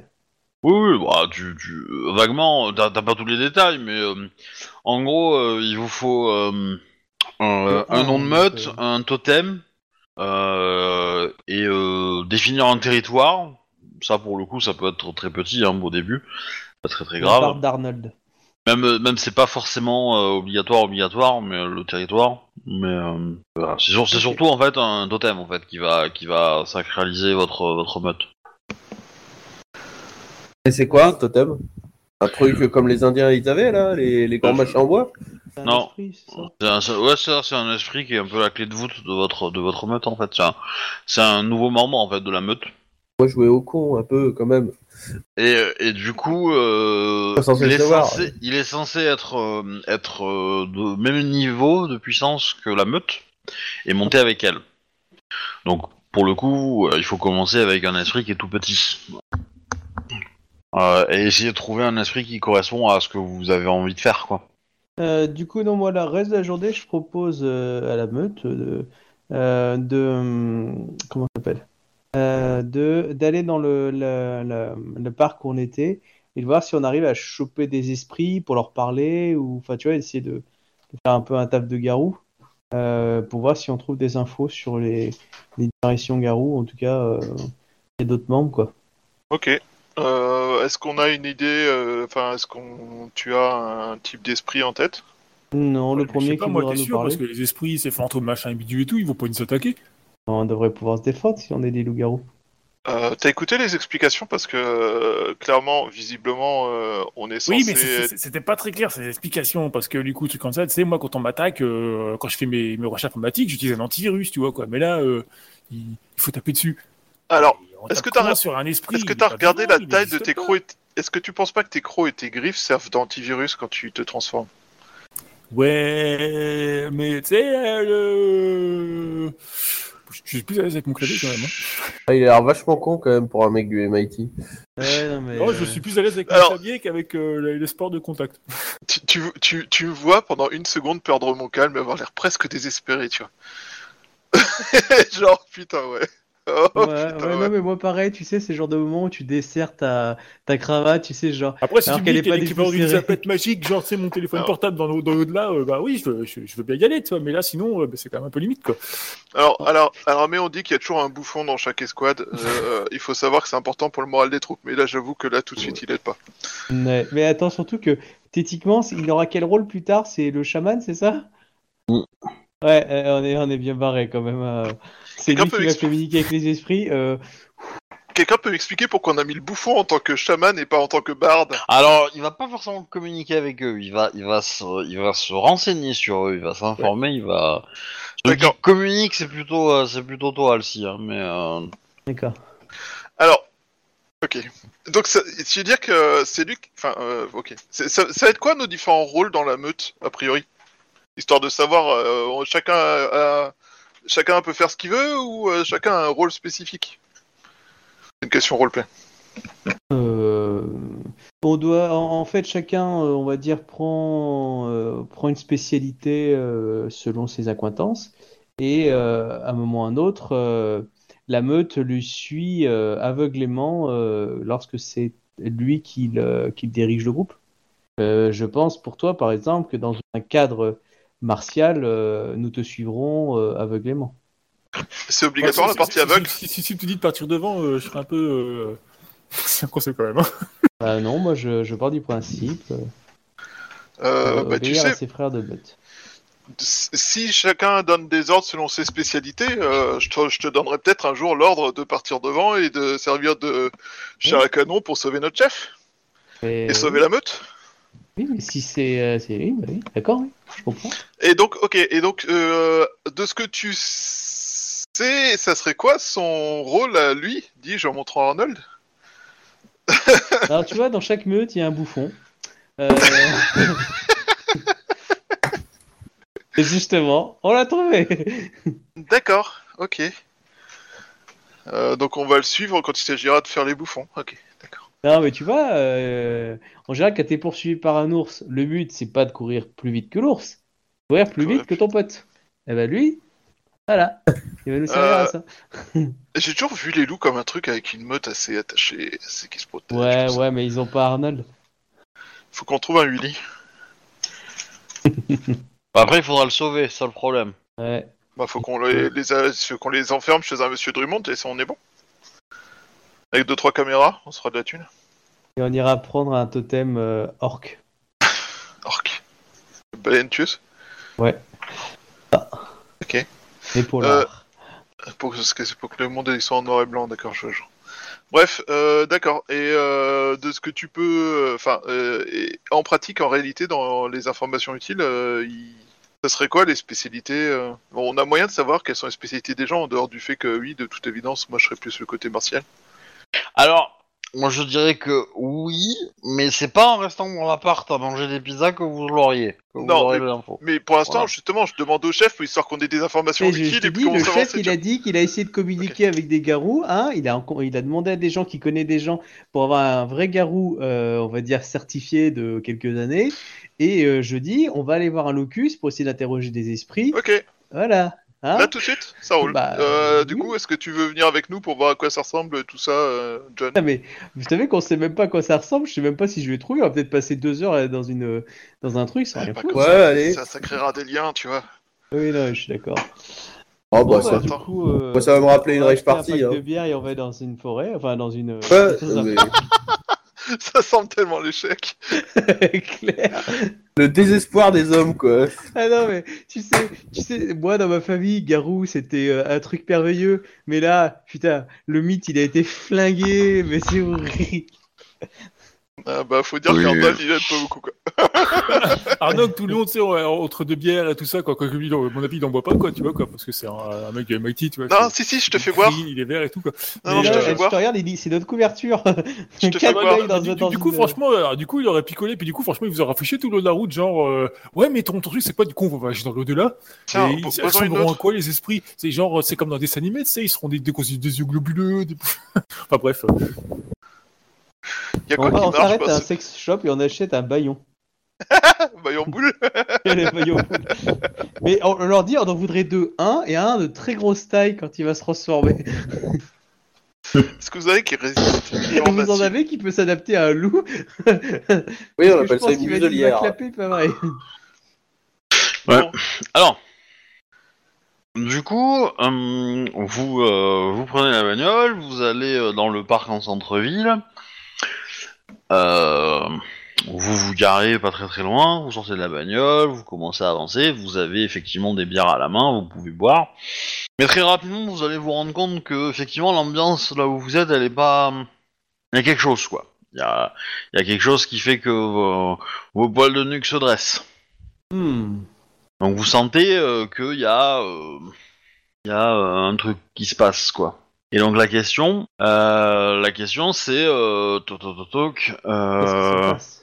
S1: Oui, oui, bah, tu, tu, euh, vaguement, euh, t'as t'as pas tous les détails, mais euh, en gros, euh, il vous faut euh, un, un nom de meute, un totem, euh, et euh, définir un territoire. Ça, pour le coup, ça peut être très petit hein, au début, pas très très
S3: On part
S1: grave.
S3: d'Arnold.
S1: Même, euh, même c'est pas forcément euh, obligatoire, obligatoire, mais euh, le territoire. Mais euh, voilà. c'est sur- c'est surtout en fait un totem en fait qui va qui va sacraliser votre votre meute.
S8: Et c'est quoi un totem Un truc comme les Indiens ils avaient là, les, les grands machins en bois
S3: C'est un
S1: Non.
S3: esprit, c'est ça
S1: C'est un- c'est- ouais, ça, c'est un esprit qui est un peu la clé de voûte de votre, de votre meute en fait. C'est un, c'est un nouveau membre en fait de la meute.
S8: Moi je jouais au con un peu quand même.
S1: Et, euh, et du coup, euh,
S8: Pas censé
S1: il, est
S8: le savoir.
S1: censé, il est censé être, euh, être euh, de même niveau de puissance que la meute et monter avec elle. Donc pour le coup, euh, il faut commencer avec un esprit qui est tout petit. Euh, et essayer de trouver un esprit qui correspond à ce que vous avez envie de faire quoi.
S3: Euh, du coup, non, moi, le reste de la journée, je propose euh, à la meute de, euh, de hum, comment ça s'appelle Euh, de d'aller dans le, le, le- le parc où on était et de voir si on arrive à choper des esprits pour leur parler ou enfin tu vois essayer de, de faire un peu un taf de garou euh, pour voir si on trouve des infos sur les, les disparitions garou en tout cas euh, et d'autres membres quoi.
S4: Ok. Euh, est-ce qu'on a une idée euh, Enfin, est-ce qu'on tu as un type d'esprit en tête
S3: Non, le
S5: je
S3: premier
S5: sais pas,
S3: qui
S5: moi,
S3: voudra
S5: t'es
S3: nous
S5: sûr,
S3: parler,
S5: parce que les esprits, ces fantômes, machin, et bidule et tout, ils vont pas nous attaquer.
S3: on devrait pouvoir se défendre si on est des loups-garous.
S4: euh, T'as écouté les explications parce que euh, clairement, visiblement, euh, on est censé.
S5: Oui, mais c'est- c'est- c'était pas très clair ces explications parce que du coup, truc comme ça, tu sais, moi quand on m'attaque, euh, quand je fais mes, mes recherches informatiques, j'utilise un antivirus, tu vois quoi. Mais là, euh, il, il faut taper dessus.
S4: Alors,
S5: Et on
S4: est-ce
S5: tape
S4: que t'as
S5: comment
S4: re-
S5: sur un esprit
S4: est-ce que
S5: Il est
S4: t'as
S5: pas
S4: regardé
S5: vivant,
S4: la
S5: il
S4: taille de
S5: existe
S4: tes
S5: pas.
S4: crocs et t- Est-ce que tu penses pas que tes crocs et tes griffes servent d'antivirus quand tu te transformes
S5: Ouais, mais tu sais, euh,
S6: euh,
S5: le... je je suis plus à l'aise avec mon clavier quand même. hein.
S8: Ah, il a l'air vachement con quand même pour un mec du MIT.
S3: Ouais, non, mais,
S5: Non, Oh, je
S3: euh,
S5: suis plus à l'aise avec mon
S4: Alors-
S5: clavier qu'avec euh, le, le sport de contact.
S4: tu, tu, tu, tu me vois pendant une seconde perdre mon calme et avoir l'air presque désespéré, tu vois. Genre, putain, ouais. Oh,
S3: Ouais,
S4: putain,
S3: ouais,
S4: ouais.
S3: non, mais moi pareil, tu sais, c'est le genre de moment où tu desserres ta, ta cravate, tu sais, genre,
S5: Après, si
S3: Alors
S5: tu
S3: qu'elle
S5: me
S3: est
S5: dis qu'il y
S3: pas
S5: a l'équivalent d'une
S3: défilée.
S5: tapette magique, genre c'est mon téléphone
S4: Alors-
S5: portable dans, le- dans l'au-delà, euh, bah oui, je, veux- je- je veux bien y aller, tu vois. Mais là, sinon, euh, bah, c'est quand même un peu limite quoi.
S4: Alors, alors, alors, mais on dit qu'il y a toujours un bouffon dans chaque escouade. Euh, euh, il faut savoir que c'est important pour le moral des troupes. Mais là, j'avoue que là, tout de suite, il aide pas.
S3: ouais. mais attends, surtout que, thétiquement, c'est- il aura quel rôle plus tard? C'est le chaman, c'est ça?
S1: Mm.
S3: Ouais, euh, on est, on est bien barré quand même. euh. C'est
S4: Quelqu'un
S3: lui
S4: peut
S3: qui va
S4: m'expliquer-
S3: communiquer avec les esprits. euh,
S4: Quelqu'un peut m'expliquer pourquoi on a mis le bouffon en tant que chaman et pas en tant que barde
S1: Alors, il va pas forcément communiquer avec eux. Il va, il va se, il va se renseigner sur eux. Il va s'informer. Il va. Ceux qui
S4: D'accord.
S1: communiquent, c'est plutôt, euh, c'est plutôt toi, Alcy. hein, mais euh,
S3: D'accord.
S4: Alors, ok. Donc, ça, tu veux dire que c'est lui qui... Enfin, euh, ok. C'est- Ça, ça va être quoi nos différents rôles dans la meute, a priori Histoire de savoir, euh, on- chacun, a- a- chacun peut faire ce qu'il veut ou euh, chacun a un rôle spécifique C'est une question roleplay.
S3: Euh, on doit, en, en fait, chacun, euh, on va dire, prend, euh, prend une spécialité euh, selon ses accointances. Et euh, à un moment ou à un autre, euh, la meute lui suit euh, aveuglément euh, lorsque c'est lui qui, le- qui dirige le groupe. Euh, je pense pour toi, par exemple, que dans un cadre martial, euh, nous te suivrons euh, aveuglément.
S4: C'est obligatoire la partie aveugle
S6: Si, si- si tu dis de partir devant, euh, je serais un peu. euh, C'est un concept quand même. hein.
S3: Euh, non, moi, je, je pars du principe euh,
S4: Euh, bah, Tu
S3: d'obéir à
S4: sais,
S3: ses frères de meute.
S4: si chacun donne des ordres selon ses spécialités, euh, je, te, je te donnerai peut-être un jour l'ordre de partir devant et de servir de chair à canon pour sauver notre chef
S3: Et-
S4: et sauver la meute.
S3: Oui, mais si c'est. euh, c'est- oui, bah oui, d'accord, oui, je comprends.
S4: Et donc, ok, et donc, euh, de ce que tu sais, ça serait quoi son rôle à lui, dis-je en montrant Arnold
S3: Alors, tu vois, dans chaque meute, il y a un bouffon. Euh, Et justement, on l'a trouvé
S4: D'accord, ok. Euh, donc on va le suivre quand il s'agira de faire les bouffons, ok, d'accord.
S3: Non, mais tu vois, euh, en général, quand t'es poursuivi par un ours, le but, c'est pas de courir plus vite que l'ours, courir plus
S4: Courir
S3: vite que ton pote. Et ben lui, voilà, il va nous servir à ça.
S4: J'ai toujours vu les loups comme un truc avec une meute assez attachée, assez qui se protège.
S3: Ouais,
S4: tout ça.
S3: ouais, mais ils ont pas Arnold.
S4: Faut qu'on trouve un Willy.
S1: après, il faudra le sauver. C'est ça le problème.
S3: Ouais.
S4: Bah faut qu'on
S3: euh,
S4: les, les a- faut qu'on les enferme chez un monsieur Drummond et ça on est bon. Avec deux trois caméras, on sera de la thune.
S3: Et on ira prendre un totem euh, orc.
S4: Orc. Baleine tueuse.
S3: Mais pour l'art.
S4: Pour que, ce- pour que le monde soit en noir et blanc, d'accord, je je- Bref, euh, d'accord. Et euh, de ce que tu peux, euh, enfin, euh, et en pratique, en réalité, dans les informations utiles, euh, il- ça serait quoi les spécialités euh Bon, On a moyen de savoir quelles sont les spécialités des gens en dehors du fait que, oui, de toute évidence, moi, je serais plus le côté martial.
S1: Alors, moi, je dirais que oui, mais c'est pas en restant dans l'appart à manger des pizzas que vous l'auriez. que vous
S4: Non,
S1: aurez
S4: mais-
S1: l'info.
S4: Mais pour l'instant,
S1: Voilà.
S4: justement, je demande au chef, histoire qu'on ait des informations
S3: Mais je- je
S4: utiles
S3: te
S4: et puis
S3: dis,
S4: qu'on
S3: le
S4: s'avance.
S3: chef, il a dit qu'il a essayé de communiquer avec des garous. Hein il, a, enco- il a demandé à des gens qui connaissent des gens pour avoir un vrai garou, euh, on va dire, certifié de quelques années. Et euh, je dis, on va aller voir un locus pour essayer d'interroger des esprits.
S4: Ok,
S3: Voilà. Hein
S4: là tout de suite, ça roule.
S3: Bah,
S4: Euh, du
S3: oui.
S4: coup, est-ce que tu veux venir avec nous pour voir à quoi ça ressemble tout ça, euh, John
S3: Putain, mais vous savez qu'on sait même pas à quoi ça ressemble. Je sais même pas si je vais trouver. On va peut-être passer deux heures euh, dans, une, dans un truc. Ça
S4: Ouais,
S3: rien
S4: Ah, pas
S3: foutre.
S4: comme
S8: Ouais,
S4: ça,
S8: allez.
S4: Ça, ça créera des liens, tu vois.
S3: Oui, non, je suis d'accord.
S8: Oh,
S3: Bon,
S8: bah,
S4: Ouais,
S8: ça.
S3: du
S4: attends.
S3: coup, euh,
S8: Bah, ça va me rappeler une
S3: on va
S8: rage
S3: acheter un
S8: party,
S3: pack
S8: hein.
S3: de bière et on va dans une forêt. Enfin, dans une.
S8: Ouais,
S3: dans un-
S8: mais
S4: Ça semble tellement l'échec.
S3: Claire.
S8: le désespoir des hommes, quoi.
S3: Ah non, mais tu sais, tu sais, moi dans ma famille, Garou, c'était euh, un truc merveilleux. Mais là, putain, le mythe, il a été flingué, mais c'est horrible.
S4: Ah bah, faut dire
S1: Oui.
S4: qu'Arnold, il aide pas beaucoup, quoi.
S6: Arnaud, tout le long, tu sais, ouais, entre deux bières et tout ça, quoi. quoi que lui, il en- à mon avis, il en boit pas, quoi, tu vois, quoi, parce que c'est un, un mec du MIT, tu vois.
S4: Non,
S6: c'est-
S4: si, si, je te
S6: il
S4: fais
S6: est
S4: boire.
S6: green, Il est vert et tout, quoi.
S4: Non, non,
S6: Mais,
S4: je te
S6: euh,
S4: fais boire.
S3: regarde, il dit, c'est notre couverture.
S4: Je te fais
S3: Quatre
S4: boire.
S3: gars dans
S6: du,
S3: un-
S6: du
S3: dans
S6: coup,
S3: une-
S6: franchement, euh, du coup, il aurait picolé, puis du coup, franchement, il vous aurait affiché tout le long de la route, genre, euh, ouais, mais ton, ton truc, c'est quoi, du coup, on va agir dans l'au-delà.
S4: Tiens,
S6: Et
S4: pos-
S6: ils ils
S4: posons une
S6: ressembleront à
S4: autre.
S6: quoi, les esprits C'est genre, euh, c'est comme dans des dessins animés, tu sais, ils seront des, des, des, yeux globuleux, des... bah, enfin bref. euh,
S4: Y'a
S3: On,
S4: quoi
S3: va- on
S4: qui marche, bah,
S3: s'arrête hein. à un
S4: pas
S3: sex shop et on achète un baillon.
S4: Baillon boule
S3: Les baillons. mais on on leur dit, on en voudrait deux. Un et un de très grosse taille quand il va se transformer.
S4: Est-ce que vous avez qui résiste
S3: Et vous en avez qui peut s'adapter à un loup.
S8: Oui, on
S3: Parce que je
S8: appelle ça
S3: pense
S8: une
S3: qu'il va- il va
S8: muselière.
S3: clapper, pas
S6: Euh.
S3: vrai.
S1: Alors, du coup, euh, vous, euh, vous prenez la bagnole, vous allez euh, dans le parc en centre-ville, euh, vous vous garez pas très très loin, vous sortez de la bagnole, vous commencez à avancer, vous avez effectivement des bières à la main, vous pouvez boire, Mais très rapidement, vous allez vous rendre compte que effectivement l'ambiance là où vous êtes, elle est pas. Il y a quelque chose quoi. Il y a, il y a quelque chose qui fait que vos, vos poils de nuque se dressent. Donc vous sentez euh, qu'il y a, euh, il y a euh, un truc qui se passe quoi. Et donc la question, euh, la question c'est euh, toc, toc, toc, toc, euh,
S3: Qu'est-ce qui se passe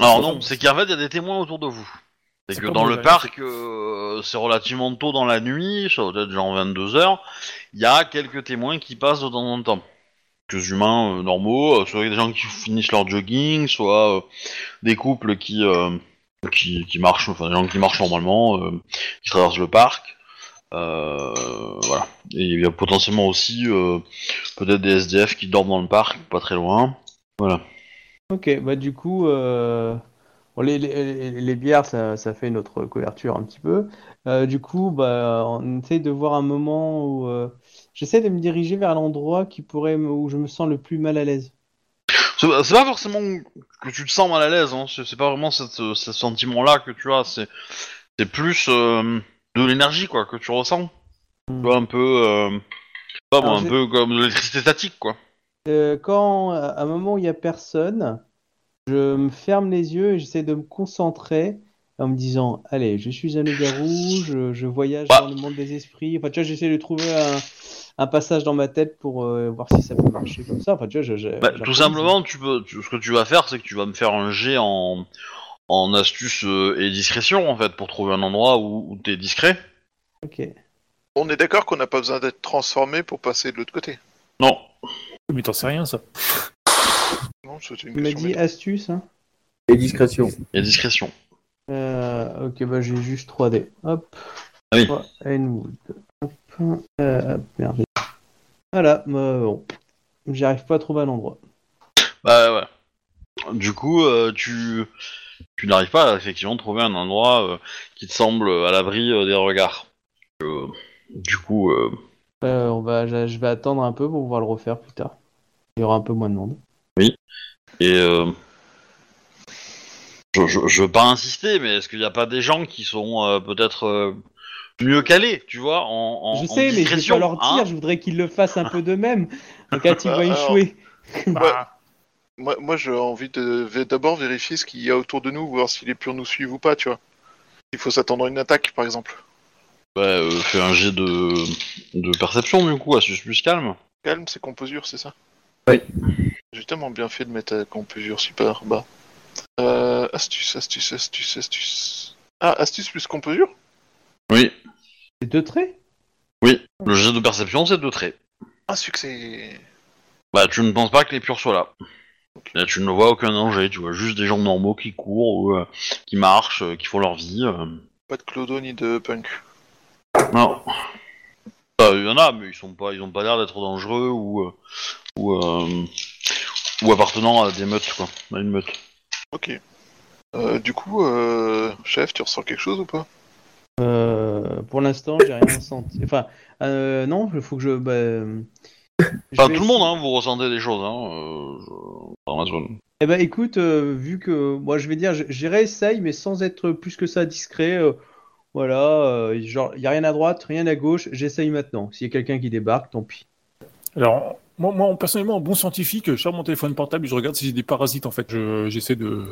S1: alors non, c'est qu'en fait, il y a des témoins autour de vous. C'est
S5: C'est
S1: que
S5: comme
S1: dans
S5: vous
S1: le
S5: avez-
S1: parc, euh, c'est relativement tôt dans la nuit, ça doit être genre 22 heures. Il y a quelques témoins qui passent de temps en temps. Quelques humains euh, normaux, euh, soit des gens qui finissent leur jogging, soit euh, des couples qui, euh, qui qui marchent, enfin des gens qui marchent normalement, euh, qui traversent le parc. Euh, voilà. Et il y a potentiellement aussi euh, peut-être des SDF qui dorment dans le parc, pas très loin. Voilà.
S3: Ok, bah du coup, euh, bon, les, les- les- les bières, ça, ça fait notre couverture un petit peu. Euh, du coup, bah, on essaye de voir un moment où euh, j'essaie de me diriger vers l'endroit qui pourrait me- où je me sens le plus mal à l'aise.
S1: C'est pas c'est pas forcément que tu te sens mal à l'aise, hein. c'est c'est pas vraiment cette, euh, ce sentiment-là que tu as, c'est c'est plus euh, de l'énergie quoi que tu ressens. Tu vois, un peu, euh, je sais pas moi,
S3: Hmm. Alors,
S1: un
S3: j'ai-
S1: peu comme de l'électricité statique quoi.
S3: Euh, quand, à à un moment où il n'y a personne, je me ferme les yeux et j'essaie de me concentrer en me disant, allez, je suis un loup-garou, je, je voyage
S1: Bah.
S3: dans le monde des esprits. Enfin, tu vois, j'essaie de trouver un, un passage dans ma tête pour euh, voir si ça peut marcher comme ça. Enfin, tu vois, je, je-
S1: Bah,
S3: j'improvise.
S1: tout simplement, tu peux, tu- ce que tu vas faire, c'est que tu vas me faire un jet en, en astuce euh, et discrétion en fait pour trouver un endroit où, où t'es discret.
S3: Ok.
S4: On est d'accord qu'on n'a pas besoin d'être transformé pour passer de l'autre côté.
S1: Non,
S6: Mais t'en sais rien, ça.
S4: Non, c'était une
S3: Tu m'as
S4: question.
S3: dit
S4: bête.
S3: astuce, hein
S8: Et discrétion.
S1: et discrétion.
S3: Euh, ok, bah j'ai juste 3D. Hop.
S1: Ah oui.
S3: Trois and wood. Hop. Euh, hop, merde. Voilà, bah, bon. J'arrive pas à trouver un endroit.
S1: Bah ouais. Du coup, euh, tu, tu n'arrives pas à effectivement trouver un endroit euh, qui te semble à l'abri euh, des regards. Euh, du coup, euh,
S3: Euh, on va, je, je vais attendre un peu pour pouvoir le refaire plus tard. Il y aura un peu moins de monde.
S1: et euh, je, je, je veux pas insister, mais est-ce qu'il n'y a pas des gens qui sont euh, peut-être euh, mieux calés, tu vois, en, en,
S3: je
S1: en
S3: sais, mais je vais
S1: discrétion,
S3: pas leur dire.
S1: hein
S3: je voudrais qu'ils le fassent un peu d'eux-mêmes. Donc, quand ils vont
S4: Alors-
S3: échouer.
S4: Bah, Moi, moi j'ai envie de v- d'abord vérifier ce qu'il y a autour de nous, voir si les purs nous suivent ou pas, tu vois. Il faut s'attendre à une attaque, par exemple.
S1: Bah, euh, fais un jet de, de perception du coup, astuce plus calme.
S4: Calme, c'est composure, c'est ça
S8: Oui.
S4: J'ai tellement bien fait de mettre euh, composure super bas. Euh, astuce, astuce, astuce, astuce. Ah, astuce plus composure
S1: Oui,
S3: C'est deux traits
S1: oui. Le jet de perception, c'est deux traits.
S4: Un succès
S1: Bah, tu ne penses pas que les purs soient là. Là, tu ne vois aucun danger, tu vois juste des gens normaux qui courent, ou, euh, qui marchent, euh, qui font leur vie. euh.
S4: Pas de clodo ni de punk.
S1: Non. Bah, Il y en a, mais ils sont pas, ils ont pas l'air d'être dangereux ou euh, ou, euh, ou appartenant à des meutes quoi, à une meute.
S4: Ok. Euh, du coup, euh, chef, tu ressens quelque chose ou pas
S3: Euh, Pour l'instant, j'ai rien senti. Enfin, euh, non, il faut que je. Bah, euh, je
S1: Enfin,
S3: vais
S1: tout le monde,
S3: essayer-
S1: hein, vous ressentez des choses, hein. euh, je- dans la zone.
S3: Eh ben écoute, euh, vu que moi je vais dire, j- j'y réessaye, mais sans être plus que ça discret. euh, voilà, euh, genre il y a rien à droite, rien à gauche, j'essaye maintenant. S'il y a quelqu'un qui débarque, tant pis.
S6: Alors, moi, moi personnellement, en bon scientifique, je sors mon téléphone portable et je regarde si j'ai des parasites, en fait. Je- J'essaie de.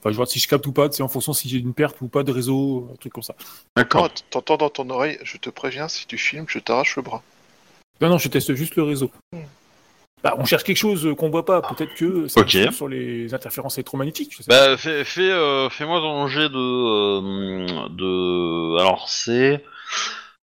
S6: Enfin, je vois si je capte ou pas, c'est en fonction si j'ai une perte ou pas de réseau, un truc comme ça.
S1: D'accord.
S4: Non, Ah, t'entends dans ton oreille, je te préviens, si tu filmes, je t'arrache le bras.
S6: Non, non, je teste juste le réseau. Bah, on cherche quelque chose euh, qu'on voit pas, peut-être que ça
S1: Ok.
S6: joue sur les interférences électromagnétiques. Je sais pas.
S1: Bah, fais, fais, euh, fais-moi ton jet de euh, de. Alors c'est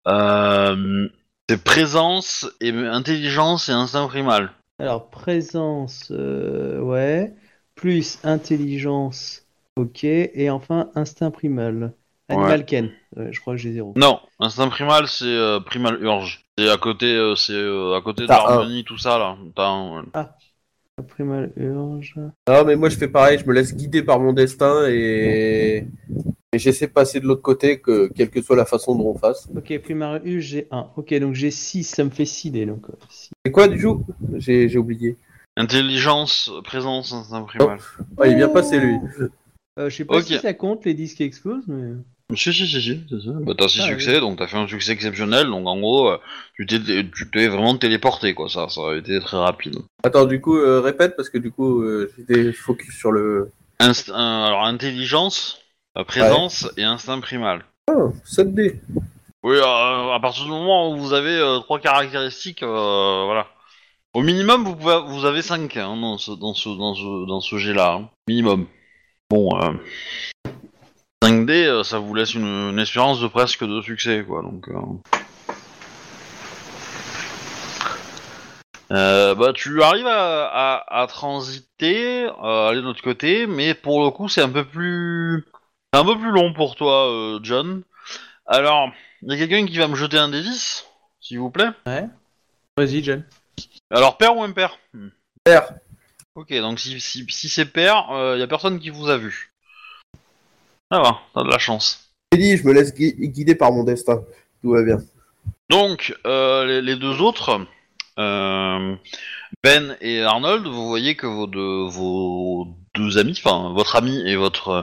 S1: euh, c'est présence et intelligence et instinct primal.
S3: Alors présence, euh, ouais, plus intelligence, ok, et enfin instinct primal, animal ken. Ouais, je crois que j'ai zéro.
S1: Non, instinct primal, c'est euh, primal urge. C'est à côté, euh, c'est euh, à côté de
S8: T'as
S1: l'harmonie, tout ça là. T'as un-
S3: Primal urge.
S8: Non, mais moi je fais pareil, je me laisse guider par mon destin et, et j'essaie de passer de l'autre côté, que quelle que soit la façon dont on fasse.
S3: Ok, primal urge, j'ai 1. Ok, donc j'ai 6, ça me fait 6 dés donc. euh, six.
S8: C'est quoi du coup J'ai j'ai oublié.
S1: intelligence, présence, instinct primal.
S8: Ah, il est bien passé lui.
S3: Euh, je sais pas
S1: Ok.
S3: si ça compte les disques qui explosent, mais.
S1: Si, si, si, si, c'est ça. Bah, t'as 6
S3: Ah, oui.
S1: succès, donc t'as fait un succès exceptionnel, donc en gros, euh, tu t'es tu t'es vraiment téléporté, quoi, ça, ça a été très rapide.
S8: Attends, du coup, euh, répète, parce que du coup, euh, j'étais focus sur le...
S1: Inst- un- alors, intelligence, euh, présence et instinct primal.
S8: Oh, 7D.
S1: Oui, euh, à partir du moment où vous avez euh, trois caractéristiques, euh, voilà. Au minimum, vous, pouvez, vous avez 5 dans ce, dans ce, dans ce, dans ce jet-là. hein. Minimum. Bon, euh, 5D, euh, ça vous laisse une, une espérance de presque de succès, quoi. Donc, euh. Euh, bah, tu arrives à, à, à transiter, euh, aller de l'autre côté, mais pour le coup, c'est un peu plus, c'est un peu plus long pour toi, euh, John. Alors, il y a quelqu'un qui va me jeter un des 10, s'il vous plaît.
S3: Vas-y, John.
S1: Alors, père ou impair
S8: Père.
S1: Ok, donc si, si, si c'est père, il y a personne qui vous a vu. Ça va, t'as de la chance.
S8: J'ai dit, je me laisse gui- guider par mon destin. Tout va bien.
S1: Donc, euh, les, les deux autres, euh, Ben et Arnold, vous voyez que vos deux, vos deux amis, enfin, votre ami et votre euh,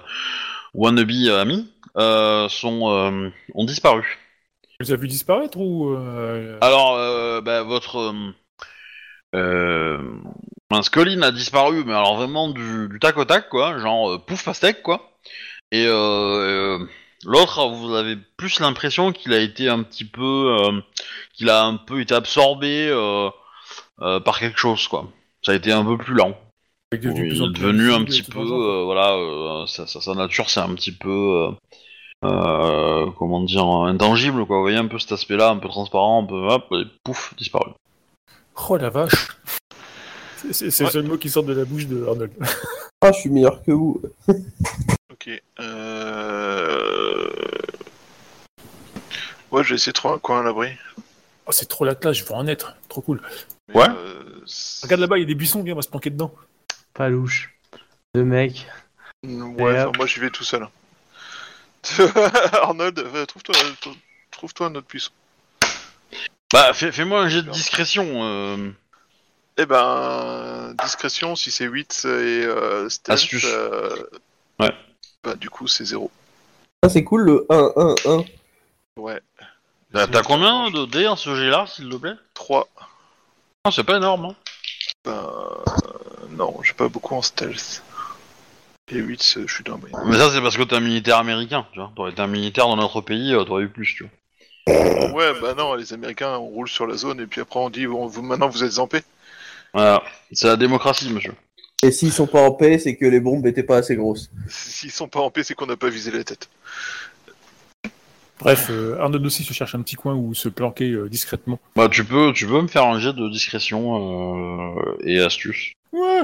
S1: wannabe ami, euh, sont, euh, ont disparu.
S6: Tu les as vu disparaître ou. euh,
S1: Alors, euh, bah, votre. euh, Euh, mince, Colline a disparu, mais alors vraiment du, du tac au tac, quoi. Genre, euh, pouf, pastèque, quoi. Et euh, euh, l'autre, vous avez plus l'impression qu'il a été un petit peu. euh, qu'il a un peu été absorbé euh, euh, par quelque chose, quoi. Ça a été un peu plus lent.
S6: avec des- du
S1: Oui,
S6: plus
S1: il
S6: en
S1: est
S6: plus
S1: devenu un
S6: visible,
S1: petit
S6: tout
S1: peu,
S6: dans le genre.
S1: euh, voilà, euh, sa, sa- sa nature, c'est un petit peu, euh, euh, comment dire, intangible, quoi. Vous voyez un peu cet aspect-là, un peu transparent, un peu, hop, et pouf, disparu.
S6: Oh la vache C'est- C'est c'est le
S4: Ouais.
S6: seul mot qui sort de la bouche de Arnold.
S8: Ah, je suis meilleur que vous.
S4: Ok. Euh... Ouais, je vais essayer de trouver un coin à l'abri.
S6: Oh, c'est trop la classe, je veux en être. Trop cool.
S4: Mais,
S1: Ouais.
S4: euh, c'est-
S6: Regarde là-bas, il y a des buissons, viens, on va se planquer dedans.
S3: Pas louche. Deux mecs.
S4: Ouais,
S3: Et
S4: enfin,
S3: hop.
S4: moi j'y vais tout seul. Arnold, va, trouve-toi trou- trouve-toi un autre puissant.
S1: Bah, fais- fais-moi un jet de discrétion, euh,
S4: Eh ben, discrétion, si c'est 8 et euh, stealth,
S1: Astuce.
S4: euh,
S1: Ouais.
S4: Bah, du coup, c'est 0.
S8: Ah, c'est cool, le 1, 1, 1.
S4: Ouais.
S1: t'as t'as combien de dés en ce jet-là, s'il te plaît
S4: 3.
S1: Non, c'est pas énorme, hein.
S4: Non, j'ai pas beaucoup en stealth. Et 8, euh, je suis dans la moyenne.
S1: Mais ça, c'est parce que t'es un militaire américain, tu vois. T'aurais été un militaire dans notre pays, euh, t'aurais eu plus, tu vois.
S4: Ouais, bah non, les Américains, on roule sur la zone et puis après on dit, bon, vous, maintenant vous êtes en paix.
S1: Voilà, c'est la démocratie, monsieur.
S8: Et s'ils sont pas en paix, c'est que les bombes étaient pas assez grosses.
S4: S'ils sont pas en paix, c'est qu'on n'a pas visé la tête.
S6: Bref, euh, Arnold aussi se cherche un petit coin où se planquer euh, discrètement.
S1: Bah, tu peux, tu peux me faire un jet de discrétion euh, et astuce.
S6: Ouais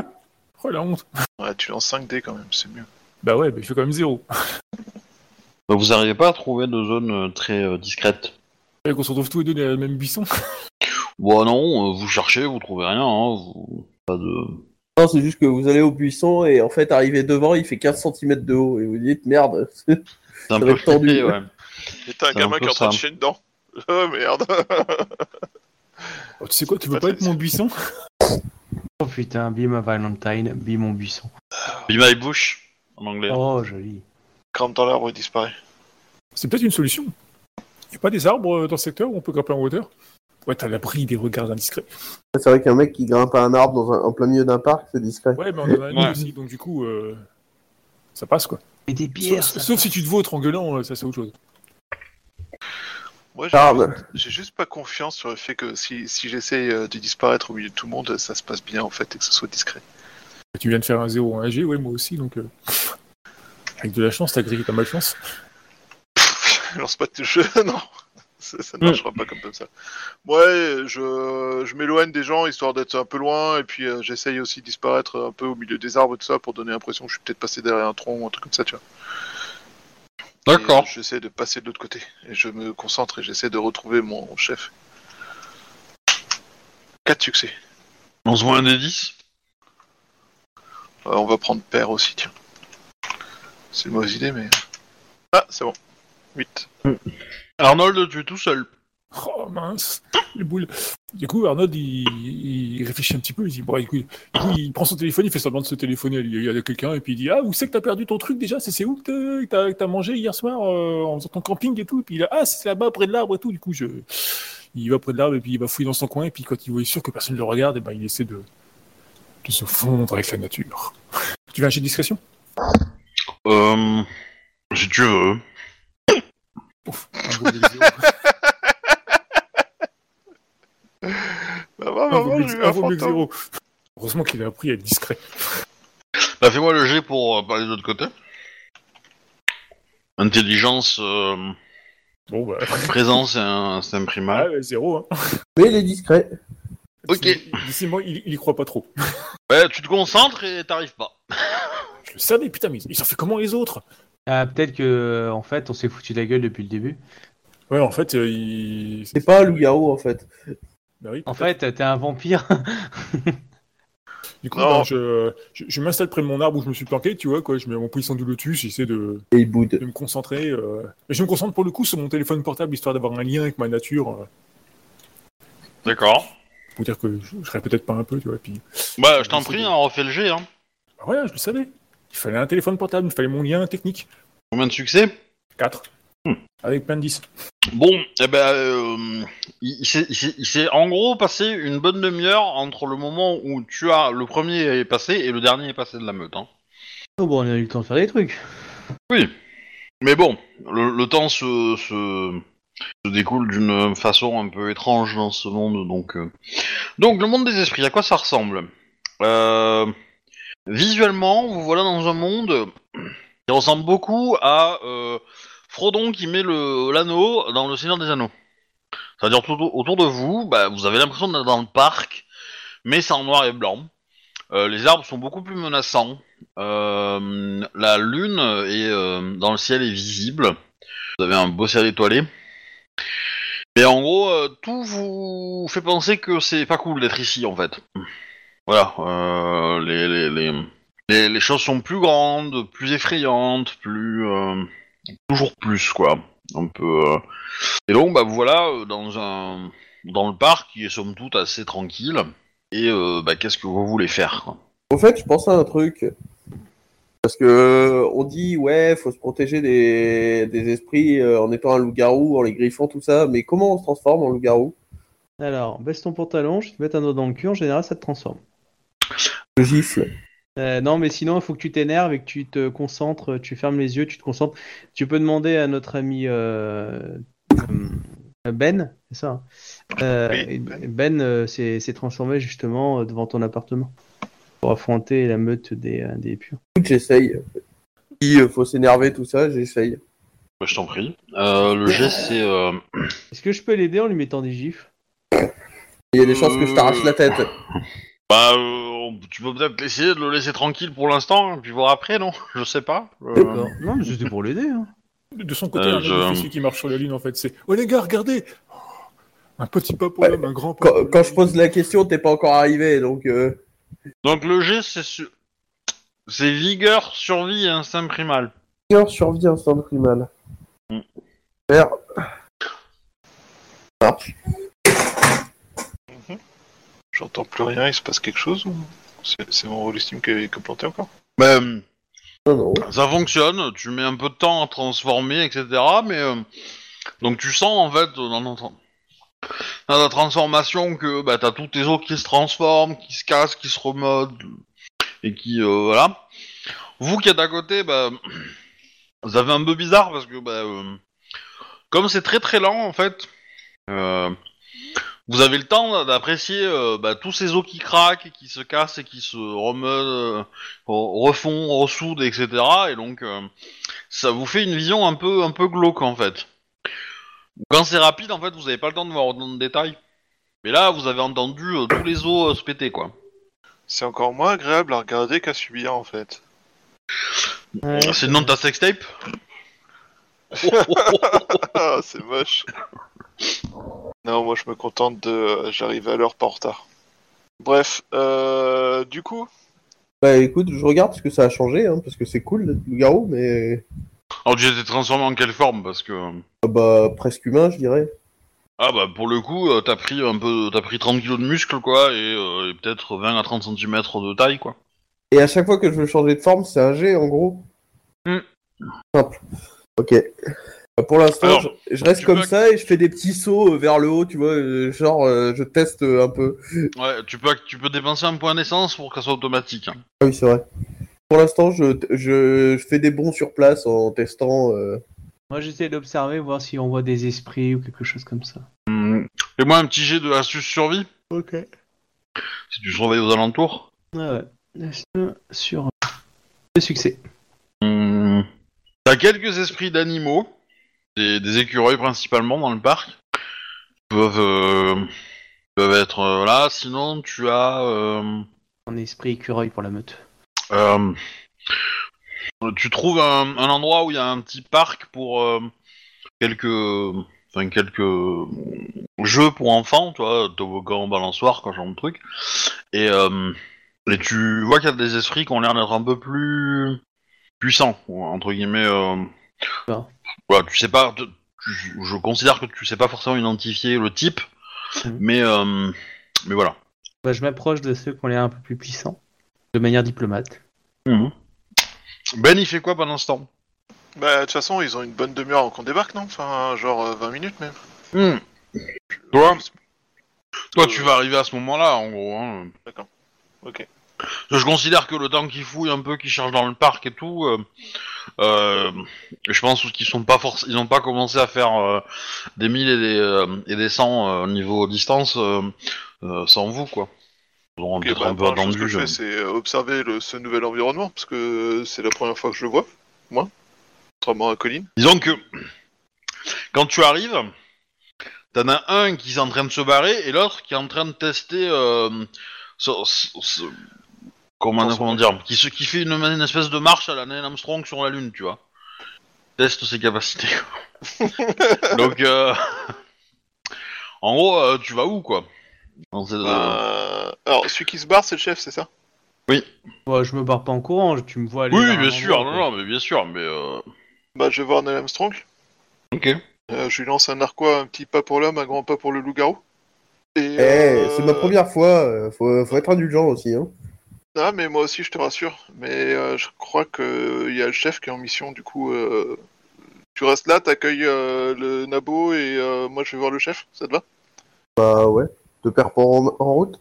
S6: Oh la honte
S4: Ouais, tu lances 5 dés quand même, c'est mieux.
S6: Bah ouais, mais je fais quand même zéro.
S1: Bah, vous arrivez pas à trouver de zone euh, très euh, discrète.
S6: Et qu'on se retrouve tous les deux dans le même buisson.
S1: Bon non, euh, vous cherchez, vous trouvez rien, hein, vous... pas de...
S8: Non, c'est juste que vous allez au buisson et en fait, arrivé devant, il fait 15 cm de haut et vous dites merde.
S1: C'est un
S8: Ça
S1: peu
S8: va être tendu.
S1: flippé, ouais.
S4: Et t'as un
S1: C'est un peu
S4: gamin qui est en train de
S1: ça.
S4: chier dedans. Oh merde.
S6: Oh, tu sais quoi, tu veux
S4: Pas
S6: pas
S4: très
S6: être mon buisson
S3: Oh putain, be my Valentine, be mon buisson.
S1: Be my bush, en anglais.
S8: Ah.
S3: Oh, joli.
S4: Crampe dans l'arbre et disparaît.
S6: C'est peut-être une solution. Il a pas des arbres euh, dans le secteur où on peut grimper en hauteur Ouais, t'as l'abri des regards indiscrets.
S8: C'est vrai qu'un mec qui grimpe à un arbre dans un, en plein milieu d'un parc, c'est discret.
S6: Ouais, mais on en a un
S1: Ouais.
S6: aussi, donc du coup, euh, ça passe quoi.
S3: Mais des
S6: Sauf,
S3: bières,
S6: sauf si tu te vautres en gueulant, euh, ça c'est autre chose.
S4: Moi, j'ai
S8: Arme.
S4: J'ai juste pas confiance sur le fait que si, si j'essaye euh, de disparaître au milieu de tout le monde, ça se passe bien en fait et que ce soit discret.
S6: Tu viens de faire un 0 un G, ouais, moi aussi, donc. euh, Avec de la chance, t'as grillé ta malchance.
S4: Lance pas tes jeux, non ça, ça ne
S1: Hmm.
S4: marchera pas comme ça. Ouais, je, je m'éloigne des gens histoire d'être un peu loin et puis euh, j'essaye aussi de disparaître un peu au milieu des arbres et tout ça pour donner l'impression que je suis peut-être passé derrière un tronc ou un truc comme ça, tu vois.
S1: D'accord.
S4: Et, euh, J'essaie de passer de l'autre côté et je me concentre et j'essaie de retrouver mon chef. 4 succès.
S1: Lance-moi un des 10.
S4: Euh, on va prendre père aussi, tiens. C'est une mauvaise idée, mais. Ah, c'est bon. 8.
S1: Arnold, tu es tout seul.
S5: Oh mince, les boules. Du coup, Arnold, il, il réfléchit un petit peu. Il dit, bon, écoute, du coup, il prend son téléphone, il fait semblant de se téléphoner à, à quelqu'un, et puis il dit, ah, où c'est que t'as perdu ton truc déjà C'est c'est où que t'as- que t'as mangé hier soir euh, en faisant ton camping et tout Et puis il a, ah, c'est là-bas, près de l'arbre et tout. Du coup, je, il va près de l'arbre, et puis il va fouiller dans son coin, et puis quand il est sûr que personne ne le regarde, et ben, il essaie de, de se fondre avec la nature. Tu veux un jet de discrétion
S1: Euh, si tu veux.
S5: Un gros délire.
S4: Maman,
S5: Un gros
S4: maman, bah, j'ai
S5: délire,
S4: eu
S5: un
S4: Ah un
S5: gros délire.
S4: fantôme.
S5: Heureusement qu'il a appris à être discret.
S1: Bah fais-moi le G pour euh, parler de l'autre côté. Intelligence, euh,
S5: Bon, bah,
S1: présence, c'est un, c'est un primal.
S5: ouais, bah, zéro. Hein.
S8: Mais il est discret.
S1: Ah, Ok.
S5: D'ici, moi, il, il y croit pas trop.
S1: Ouais, Bah, tu te concentres et t'arrives pas.
S5: Je le savais, putain, mais ils ont fait comment les autres
S3: Ah, peut-être que, en fait, on s'est foutu de la gueule depuis le début.
S5: Ouais, en fait, euh, ils...
S8: C'est pas un loup-garou en fait.
S5: Bah oui.
S3: En fait, t'es un vampire.
S5: Du coup,
S4: Non.
S5: ben, je, je, je m'installe près de mon arbre où je me suis planqué, tu vois, quoi. Je mets mon poisson du lotus, j'essaie de,
S8: Et il boude.
S5: de me concentrer. euh. Et je me concentre pour le coup sur mon téléphone portable, histoire d'avoir un lien avec ma nature. euh,
S1: D'accord.
S5: pour dire que je, je serais peut-être pas un peu, tu vois. et Puis,
S1: Bah je t'en prie, on refait le G. Hein.
S5: bah voilà, je le savais. Il fallait un téléphone portable, il fallait mon lien technique.
S1: Combien de succès
S5: 4. Avec plein de 10.
S1: Bon, eh ben, euh, il, il s'est- il s'est- il s'est en gros passé une bonne demi-heure entre le moment où tu as le premier est passé et le dernier est passé de la meute. Hein.
S3: Oh, bon, on a eu le temps de faire des trucs.
S1: Mais bon, le, le temps se, se, se découle d'une façon un peu étrange dans ce monde. Donc, euh. donc le monde des esprits, à quoi ça ressemble Euh, Visuellement, vous voilà dans un monde qui ressemble beaucoup à euh, Frodon qui met le- l'anneau dans le Seigneur des Anneaux. C'est-à-dire autour, autour de vous, bah, vous avez l'impression d'être dans le parc, mais c'est en noir et blanc. Euh, les arbres sont beaucoup plus menaçants. Euh, la lune est euh, dans le ciel est visible. Vous avez un beau ciel étoilé. Et en gros, euh, tout vous fait penser que c'est pas cool d'être ici en fait. Voilà, euh, les, les, les, les- les choses sont plus grandes, plus effrayantes, plus euh, toujours plus quoi. Un peu. euh. Et donc bah vous voilà euh, dans un dans le parc qui est somme toute assez tranquille. Et euh, bah, qu'est-ce que vous voulez faire quoi
S8: Au fait, je pense à un truc. Parce que euh, on dit ouais, faut se protéger des, des esprits euh, en étant un loup-garou, en les griffant, tout ça. Mais comment on se transforme en loup-garou
S3: Alors, baisse ton pantalon, je vais te mettre un doigt dans le cul, en général, ça te transforme.
S8: Je gifle.
S3: Euh, non, mais sinon, il faut que tu t'énerves et que tu te concentres, tu fermes les yeux, tu te concentres. Tu peux demander à notre ami euh, euh, Ben, c'est ça. hein Euh,
S4: Oui,
S3: et- ben euh, s'est s'est transformé justement euh, devant ton appartement pour affronter la meute des, euh, des purs.
S8: Écoute, J'essaye. Il euh, faut s'énerver, tout ça, j'essaye.
S1: Bah, Je t'en prie. Euh, le G, c'est. euh,
S3: Est-ce que je peux l'aider en lui mettant des gifles
S8: Il y a des chances que je t'arrache la tête.
S1: Bah, euh, tu peux peut-être essayer de le laisser tranquille pour l'instant, hein, puis voir après, non Je sais pas. Euh,
S3: D'accord. Non, mais c'était pour l'aider. hein.
S5: De de son côté,
S1: Euh,
S5: un
S1: je-
S5: homme celui qui marche sur la lune, en fait, c'est Oh les gars, regardez Oh, Un petit pas pour
S8: Ouais.
S5: l'homme, un grand pas.
S8: Quand, quand je pose la question, t'es pas encore arrivé, donc euh,
S1: Donc le G, c'est. su- C'est vigueur, survie et instinct primal.
S8: Cœur survie instant primal.
S1: Mm.
S8: Merde. Marche.
S4: J'entends plus rien, il se passe quelque chose ou... C'est c'est mon rôle estime qui est qui est planté encore
S1: Bah, euh,
S8: Non, non.
S1: ça fonctionne, tu mets un peu de temps à transformer, etc. Mais. euh, donc tu sens, en fait, dans, ton- dans ta transformation que bah, t'as tous tes os qui se transforment, qui se cassent, qui se remodent, et qui. euh, voilà. Vous qui êtes à côté, bah. Vous avez un peu bizarre parce que, bah. euh, comme c'est très très lent en fait, euh, vous avez le temps d'apprécier euh, bah, tous ces os qui craquent, qui se cassent et qui se remeuvent, euh, refont, ressoudent, etc. Et donc, euh, ça vous fait une vision un peu, un peu glauque en fait. Quand c'est rapide, en fait, vous n'avez pas le temps de voir autant de détails. Mais là, vous avez entendu euh, tous les os euh, se péter, quoi.
S4: C'est encore moins agréable à regarder qu'à subir en fait.
S1: C'est le nom de ta sextape Oh,
S4: Ah, c'est moche. Non, moi je me contente de. euh, J'arrive à l'heure pas en retard. Bref, euh, du coup,
S8: Bah écoute, je regarde ce que ça a changé, hein, parce que c'est cool le loup-garou, mais euh,
S1: Alors, tu étais transformé en quelle forme Parce que... euh,
S8: ah bah presque humain, je dirais.
S1: Ah bah pour le coup, euh, t'as pris un peu, t'as pris 30 kilos de muscle quoi, et, euh, et peut-être 20 à 30 cm de taille quoi.
S8: Et à chaque fois que je veux changer de forme, c'est un G en gros.
S1: Hmm.
S8: Simple. Ok. Bah, Pour l'instant,
S4: Alors,
S8: je, je reste
S1: tu
S8: comme
S1: peux-
S8: ça et je fais des petits sauts euh, vers le haut, tu vois, euh, genre euh, je teste euh, un peu.
S1: Ouais, tu peux, tu peux dépenser un point d'essence pour qu'elle soit automatique. hein.
S8: Ah oui, c'est vrai. Pour l'instant, je, je, je fais des bons sur place en testant. euh,
S3: Moi, j'essaie d'observer, voir si on voit des esprits ou quelque chose comme ça.
S1: Hum, Fais-moi un petit jet de astuce survie
S3: Ok.
S1: si tu surveilles aux alentours.
S3: Ah Ouais, ouais. Sur le succès.
S1: Hmm. T'as quelques esprits d'animaux, des, des écureuils principalement dans le parc, qui peuvent, euh, qui peuvent être euh, là. Sinon, tu as euh,
S3: Un esprit écureuil pour la meute.
S1: Euh, tu trouves un, un endroit où il y a un petit parc pour euh, quelques, enfin quelques jeux pour enfants, toi, toboggan, balançoire, quoi, genre de truc. Et, euh, et tu vois qu'il y a des esprits qui ont l'air d'être un peu plus puissants, ou entre guillemets. euh,
S3: D'accord.
S1: Voilà, tu sais pas. tu- tu- je considère que tu sais pas forcément identifier le type,
S3: Mhm.
S1: mais euh, mais voilà.
S3: Bah, je m'approche de ceux qui ont l'air un peu plus puissants, de manière diplomate.
S1: Mhm. Ben, il fait quoi pendant ce temps
S4: Bah, de toute façon, ils ont une bonne demi-heure avant qu'on débarque, non Enfin, genre euh, 20 minutes même.
S1: Hmm. Toi, toi, tu vas arriver à ce moment-là, en gros. hein.
S4: D'accord. Ok.
S1: Parce que Je considère que le temps qu'ils fouillent un peu, qu'ils cherchent dans le parc et tout, euh, euh, je pense qu'ils sont pas forc- ils n'ont pas commencé à faire euh, des 1000 et des, euh, et des 100 euh, niveau distance euh, euh, sans vous, quoi. Ils auront
S4: Ok,
S1: peut-être
S4: bah,
S1: un peu
S4: la première chose
S1: attendu.
S4: que je
S1: euh.
S4: fais, c'est euh, observer le- ce nouvel environnement, parce que c'est la première fois que je le vois, moi, contrairement à Colline.
S1: Disons que quand tu arrives, t'en as un qui est en train de se barrer et l'autre qui est en train de tester. euh, ce- ce- ce- comment, comment dire qui, se- qui fait une, une espèce de marche à la Neil Armstrong sur la Lune, tu vois. Teste ses capacités. quoi. Donc, euh, en gros, euh, tu vas où quoi Dans cette-
S4: Euh, Alors, celui qui se barre, c'est le chef, c'est ça
S3: Bon, Bah, je me barre pas en courant, je- tu me vois aller.
S1: euh, Oui,
S3: vers un
S1: bien sûr,
S3: endroit,
S1: non,
S3: quoi.
S1: non, mais bien sûr, mais. euh,
S4: Bah, je vais voir Neil Armstrong.
S1: Ok.
S4: Euh, je lui lance un narquois, un petit pas pour l'homme, un grand pas pour le loup-garou. Et,
S8: Eh,
S1: Euh,
S8: c'est ma première fois, euh, faut, faut être indulgent aussi. Hein.
S4: Ah, mais moi aussi, je te rassure. Mais euh, je crois que euh, il y a le chef qui est en mission, du coup. euh, Tu restes là, t'accueilles euh, le nabo et euh, moi je vais voir le chef, ça te va
S8: Bah ouais, de pair pour en, en route.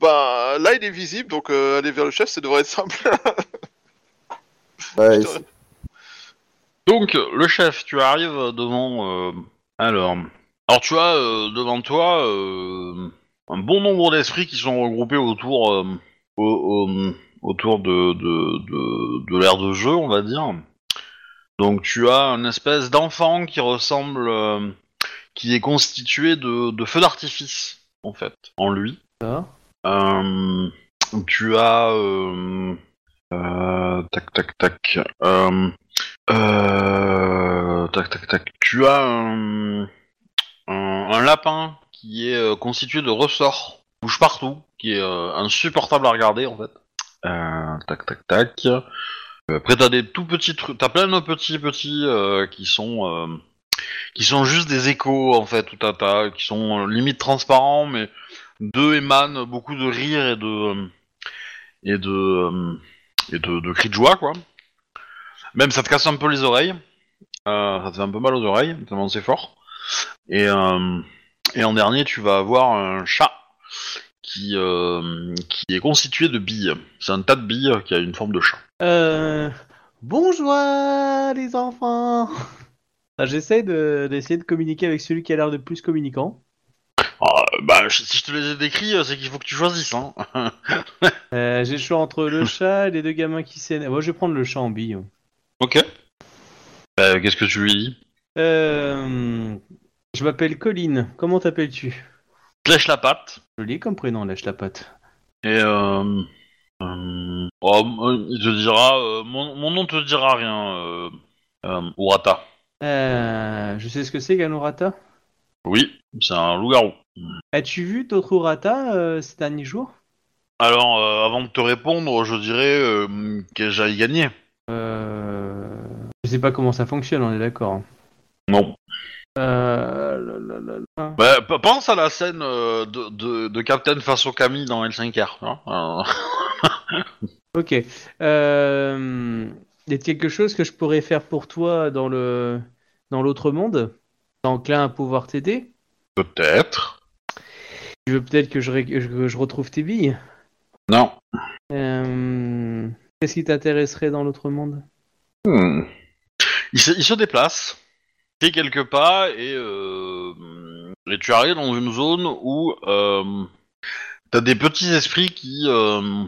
S4: Bah là il est visible, donc euh, aller vers le chef ça devrait être simple.
S8: Ouais,
S4: Putain.
S8: c'est-
S1: Donc, le chef, tu arrives devant. euh, alors. Alors, tu as euh, devant toi euh, un bon nombre d'esprits qui sont regroupés autour, euh, au- au- autour de, de, de, de l'aire de jeu, on va dire. Donc, tu as une espèce d'enfant qui ressemble. euh, qui est constitué de, de feux d'artifice, en fait, en lui.
S3: D'accord.
S1: Euh, tu as. euh, euh, tac, tac, tac. Euh, euh, tac, tac, tac. Tu as un, un- un lapin qui est euh, constitué de ressorts, bouge partout, qui est euh, insupportable à regarder en fait. Euh, tac, tac, tac. Euh, Après, t'as des tout petits trucs, t'as plein de petits petits euh, qui sont euh, qui sont juste des échos en fait, tout un tas, qui sont euh, limite transparents, mais deux émanent beaucoup de rire et de euh, et de euh, et de, de cris de joie quoi. Même ça te casse un peu les oreilles, Euh, ça te fait un peu mal aux oreilles, tellement c'est fort. Et, euh, et en dernier, tu vas avoir un chat qui, euh, qui est constitué de billes. C'est un tas de billes qui a une forme de chat.
S3: Euh, Bonjour les enfants Ah, J'essaie de- d'essayer de communiquer avec celui qui a l'air de plus communicant.
S1: Ah, bah, je- si je te les ai décrits, euh, c'est qu'il faut que tu choisisses. Hein.
S3: Euh, J'ai le choix entre le chat et les deux gamins qui s'énervent. Moi, je vais prendre le chat en bille.
S1: ok. Bah, Qu'est-ce que tu lui dis
S3: Euh, Je m'appelle Colline. Comment t'appelles-tu
S1: Lèche la patte.
S3: Joli comme prénom, lâche la patte.
S1: Et euh, euh, oh, euh, il te dira... euh, mon, mon nom te dira rien, euh, euh, Urata.
S3: Euh, je sais ce que c'est, Ganurata.
S1: Oui, c'est un loup-garou.
S3: As-tu vu d'autres Urata euh, ces derniers jours
S1: Alors, euh, avant de te répondre, je dirais euh, que j'aille gagner.
S3: euh... Je sais pas comment ça fonctionne, on est d'accord.
S1: Non.
S3: Euh, là, là, là, là.
S1: Bah, p- pense à la scène euh, de, de, de Captain face au Camille dans L5R. hein. Euh,
S3: Ok. Euh, y a quelque chose que je pourrais faire pour toi dans le dans l'autre monde T'es enclin à pouvoir t'aider
S1: Peut-être.
S3: Tu veux peut-être que je, ré- que je- que je retrouve tes billes
S1: Non.
S3: Euh, Qu'est-ce qui t'intéresserait dans l'autre monde
S1: Hmm. Il, se, il se déplace, fait quelques pas et, euh, et tu arrives dans une zone où euh, t'as des petits esprits qui, euh,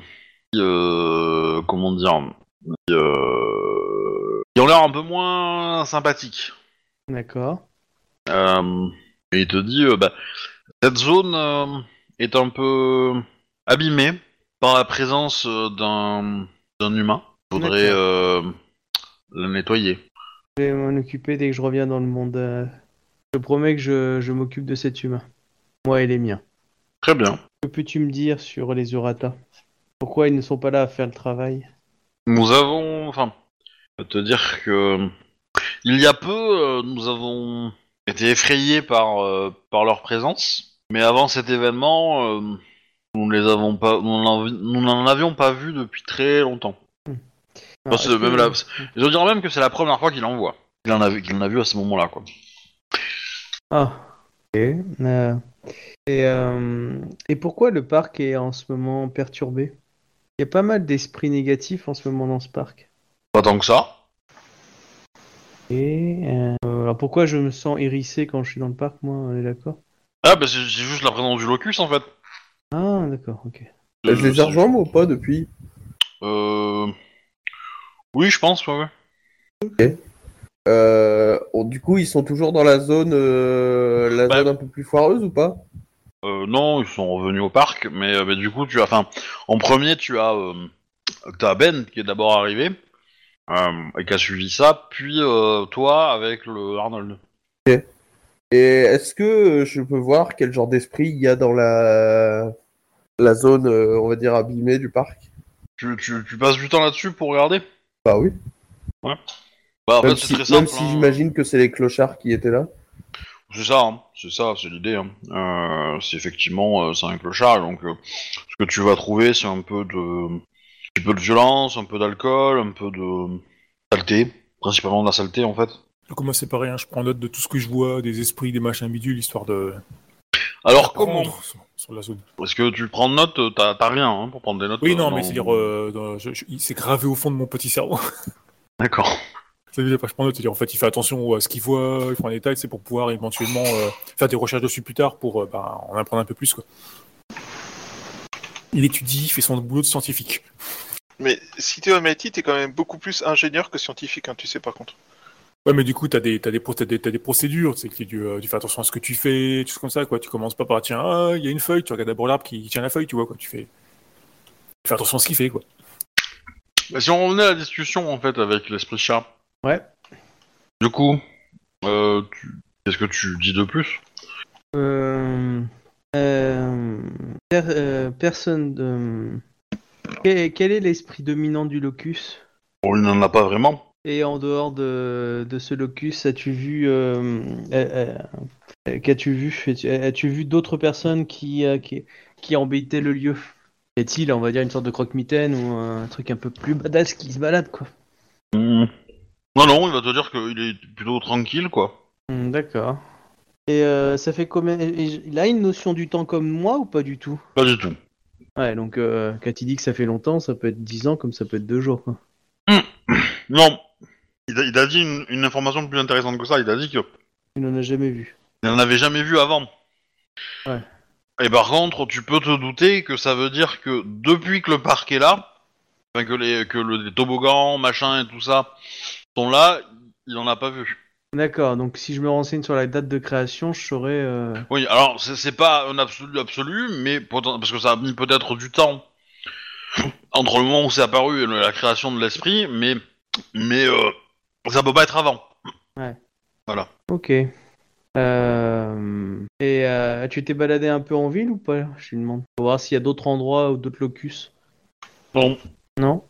S1: qui, euh, comment dire, qui, euh, qui ont l'air un peu moins sympathiques.
S3: D'accord.
S1: Euh, et il te dit, euh, bah, cette zone euh, est un peu abîmée par la présence euh, d'un d'un humain. Il faudrait
S3: D'accord.
S1: euh, la nettoyer.
S3: Je vais m'en occuper dès que je reviens dans le monde. euh, Je te promets que je, je m'occupe de cet humain. Moi et les miens.
S1: Très bien.
S3: Que peux-tu me dire sur les Urata Pourquoi ils ne sont pas là à faire le travail
S1: Nous avons, enfin, je vais te dire que il y a peu, euh, nous avons été effrayés par euh, par leur présence, mais avant cet événement, euh, nous ne les avons pas, nous n'en avi- nous n'en avions pas vu depuis très longtemps.
S7: Ah,
S3: Non,
S1: Parce que
S3: est-ce
S1: même
S3: que-
S1: la- Je dirais même que c'est la première fois qu'il en voit. Il en a vu, qu'il en a vu à ce moment-là, quoi.
S3: Ah, ok. Euh, et, euh, et pourquoi le parc est en ce moment perturbé? Il y a pas mal d'esprits négatifs en ce moment dans ce parc.
S1: Pas tant que ça.
S3: Et euh, alors pourquoi je me sens hérissé quand je suis dans le parc, moi, on est d'accord?
S1: Ah, bah c'est c'est juste la présence du locus, en fait.
S3: Ah, d'accord, ok.
S1: Euh,
S7: Je les ai
S1: c'est-
S7: rejoints, moi, ou pas, depuis
S1: Euh... Oui, je pense, ouais, ouais.
S7: Euh, on- du coup, ils sont toujours dans la zone, euh, la
S1: Bah.
S7: zone un peu plus foireuse ou pas
S1: Euh, non, ils sont revenus au parc, mais, euh, mais du coup, tu as... Enfin, en premier, tu as, euh, t'as Ben, qui est d'abord arrivé, euh, et qui a suivi ça, puis euh, toi, avec le Arnold.
S7: Et est-ce que euh, je peux voir quel genre d'esprit il y a dans la la zone, euh, on va dire abîmée du parc
S1: Tu, tu, tu passes du temps là-dessus pour regarder
S7: Bah oui.
S1: Bah, en
S7: même
S1: fait,
S7: si,
S1: c'est très
S7: même
S1: simple.
S7: si
S1: hein.
S7: j'imagine que c'est les clochards qui étaient là.
S1: C'est ça, hein. c'est ça, c'est l'idée. hein. Euh, c'est effectivement, euh, c'est un clochard, donc euh, ce que tu vas trouver, c'est un peu de, un petit peu de violence, un peu d'alcool, un peu de saleté, principalement de la saleté en fait.
S6: Je commence par rien, je prends note de tout ce que je vois, des esprits, des machins bidules, histoire de
S1: Alors comment
S6: prendre sur, sur la zone.
S1: Est-ce que tu prends note euh, T'as t'as rien hein, pour prendre des notes.
S6: Oui,
S1: euh,
S6: non,
S1: dans-
S6: mais c'est-à-dire, euh, dans- je- je- il- c'est gravé au fond de mon petit cerveau.
S1: D'accord.
S6: Ça veut dire, je prends note, c'est-à-dire, en fait, il fait attention à ce qu'il voit, il prend des détail, c'est pour pouvoir éventuellement euh, faire des recherches dessus plus tard pour euh, bah, en apprendre un peu plus, quoi. Il étudie, il fait son boulot de scientifique.
S4: Mais si t'es au MIT, t'es quand même beaucoup plus ingénieur que scientifique, hein, tu sais par contre.
S6: Ouais, mais du coup, t'as des, t'as des, pro- t'as des, t'as des procédures, tu sais, que tu, euh, tu fais attention à ce que tu fais, tout comme ça, quoi. Tu commences pas par, tiens, ah, il y a une feuille, tu regardes d'abord l'arbre qui tient la feuille, tu vois, quoi. Tu fais, tu fais attention à ce qu'il fait, quoi.
S1: Bah, si on revenait à la discussion en fait avec l'esprit chat.
S3: Ouais.
S1: Du coup, euh, tu- qu'est-ce que tu dis de plus
S3: Euh, euh, per- euh, personne de... Quel, quel est l'esprit dominant du locus?
S1: On n'en a pas vraiment.
S3: Et en dehors de, de ce locus, as-tu vu euh, euh, euh, qu'as-tu vu As-tu- As-tu vu d'autres personnes qui, euh, qui qui embêtaient le lieu Est-il, on va dire, une sorte de croque-mitaine ou un truc un peu plus badass qui se balade quoi
S1: Hmm. Non, non, il va te dire qu'il est plutôt tranquille, quoi.
S3: Hmm, D'accord. Et euh, ça fait combien et j- Il a une notion du temps comme moi ou pas du tout
S1: Pas du tout.
S3: Ouais, donc euh, quand il dit que ça fait longtemps, ça peut être 10 ans comme ça peut être 2 jours. Quoi.
S1: Non, il a, il a dit une, une information plus intéressante que ça. Il a dit qu'il
S3: Il n'en a jamais vu.
S1: n'en avait jamais vu avant.
S3: Ouais.
S1: Et par contre, tu peux te douter que ça veut dire que depuis que le parc est là, enfin que les que le, les toboggans, machin et tout ça sont là, il en a pas vu.
S3: D'accord, donc si je me renseigne sur la date de création, je saurais... euh,
S1: Oui, alors c'est- c'est pas un absolu absolu, mais poten- parce que ça a mis peut-être du temps entre le moment où c'est apparu et le- la création de l'esprit, mais mais euh, ça peut pas être avant.
S3: Ok. Euh, Et euh, tu t'es baladé un peu en ville ou pas? Je lui demande. Pour voir s'il y a d'autres endroits ou d'autres locus.
S1: Bon.
S3: Non?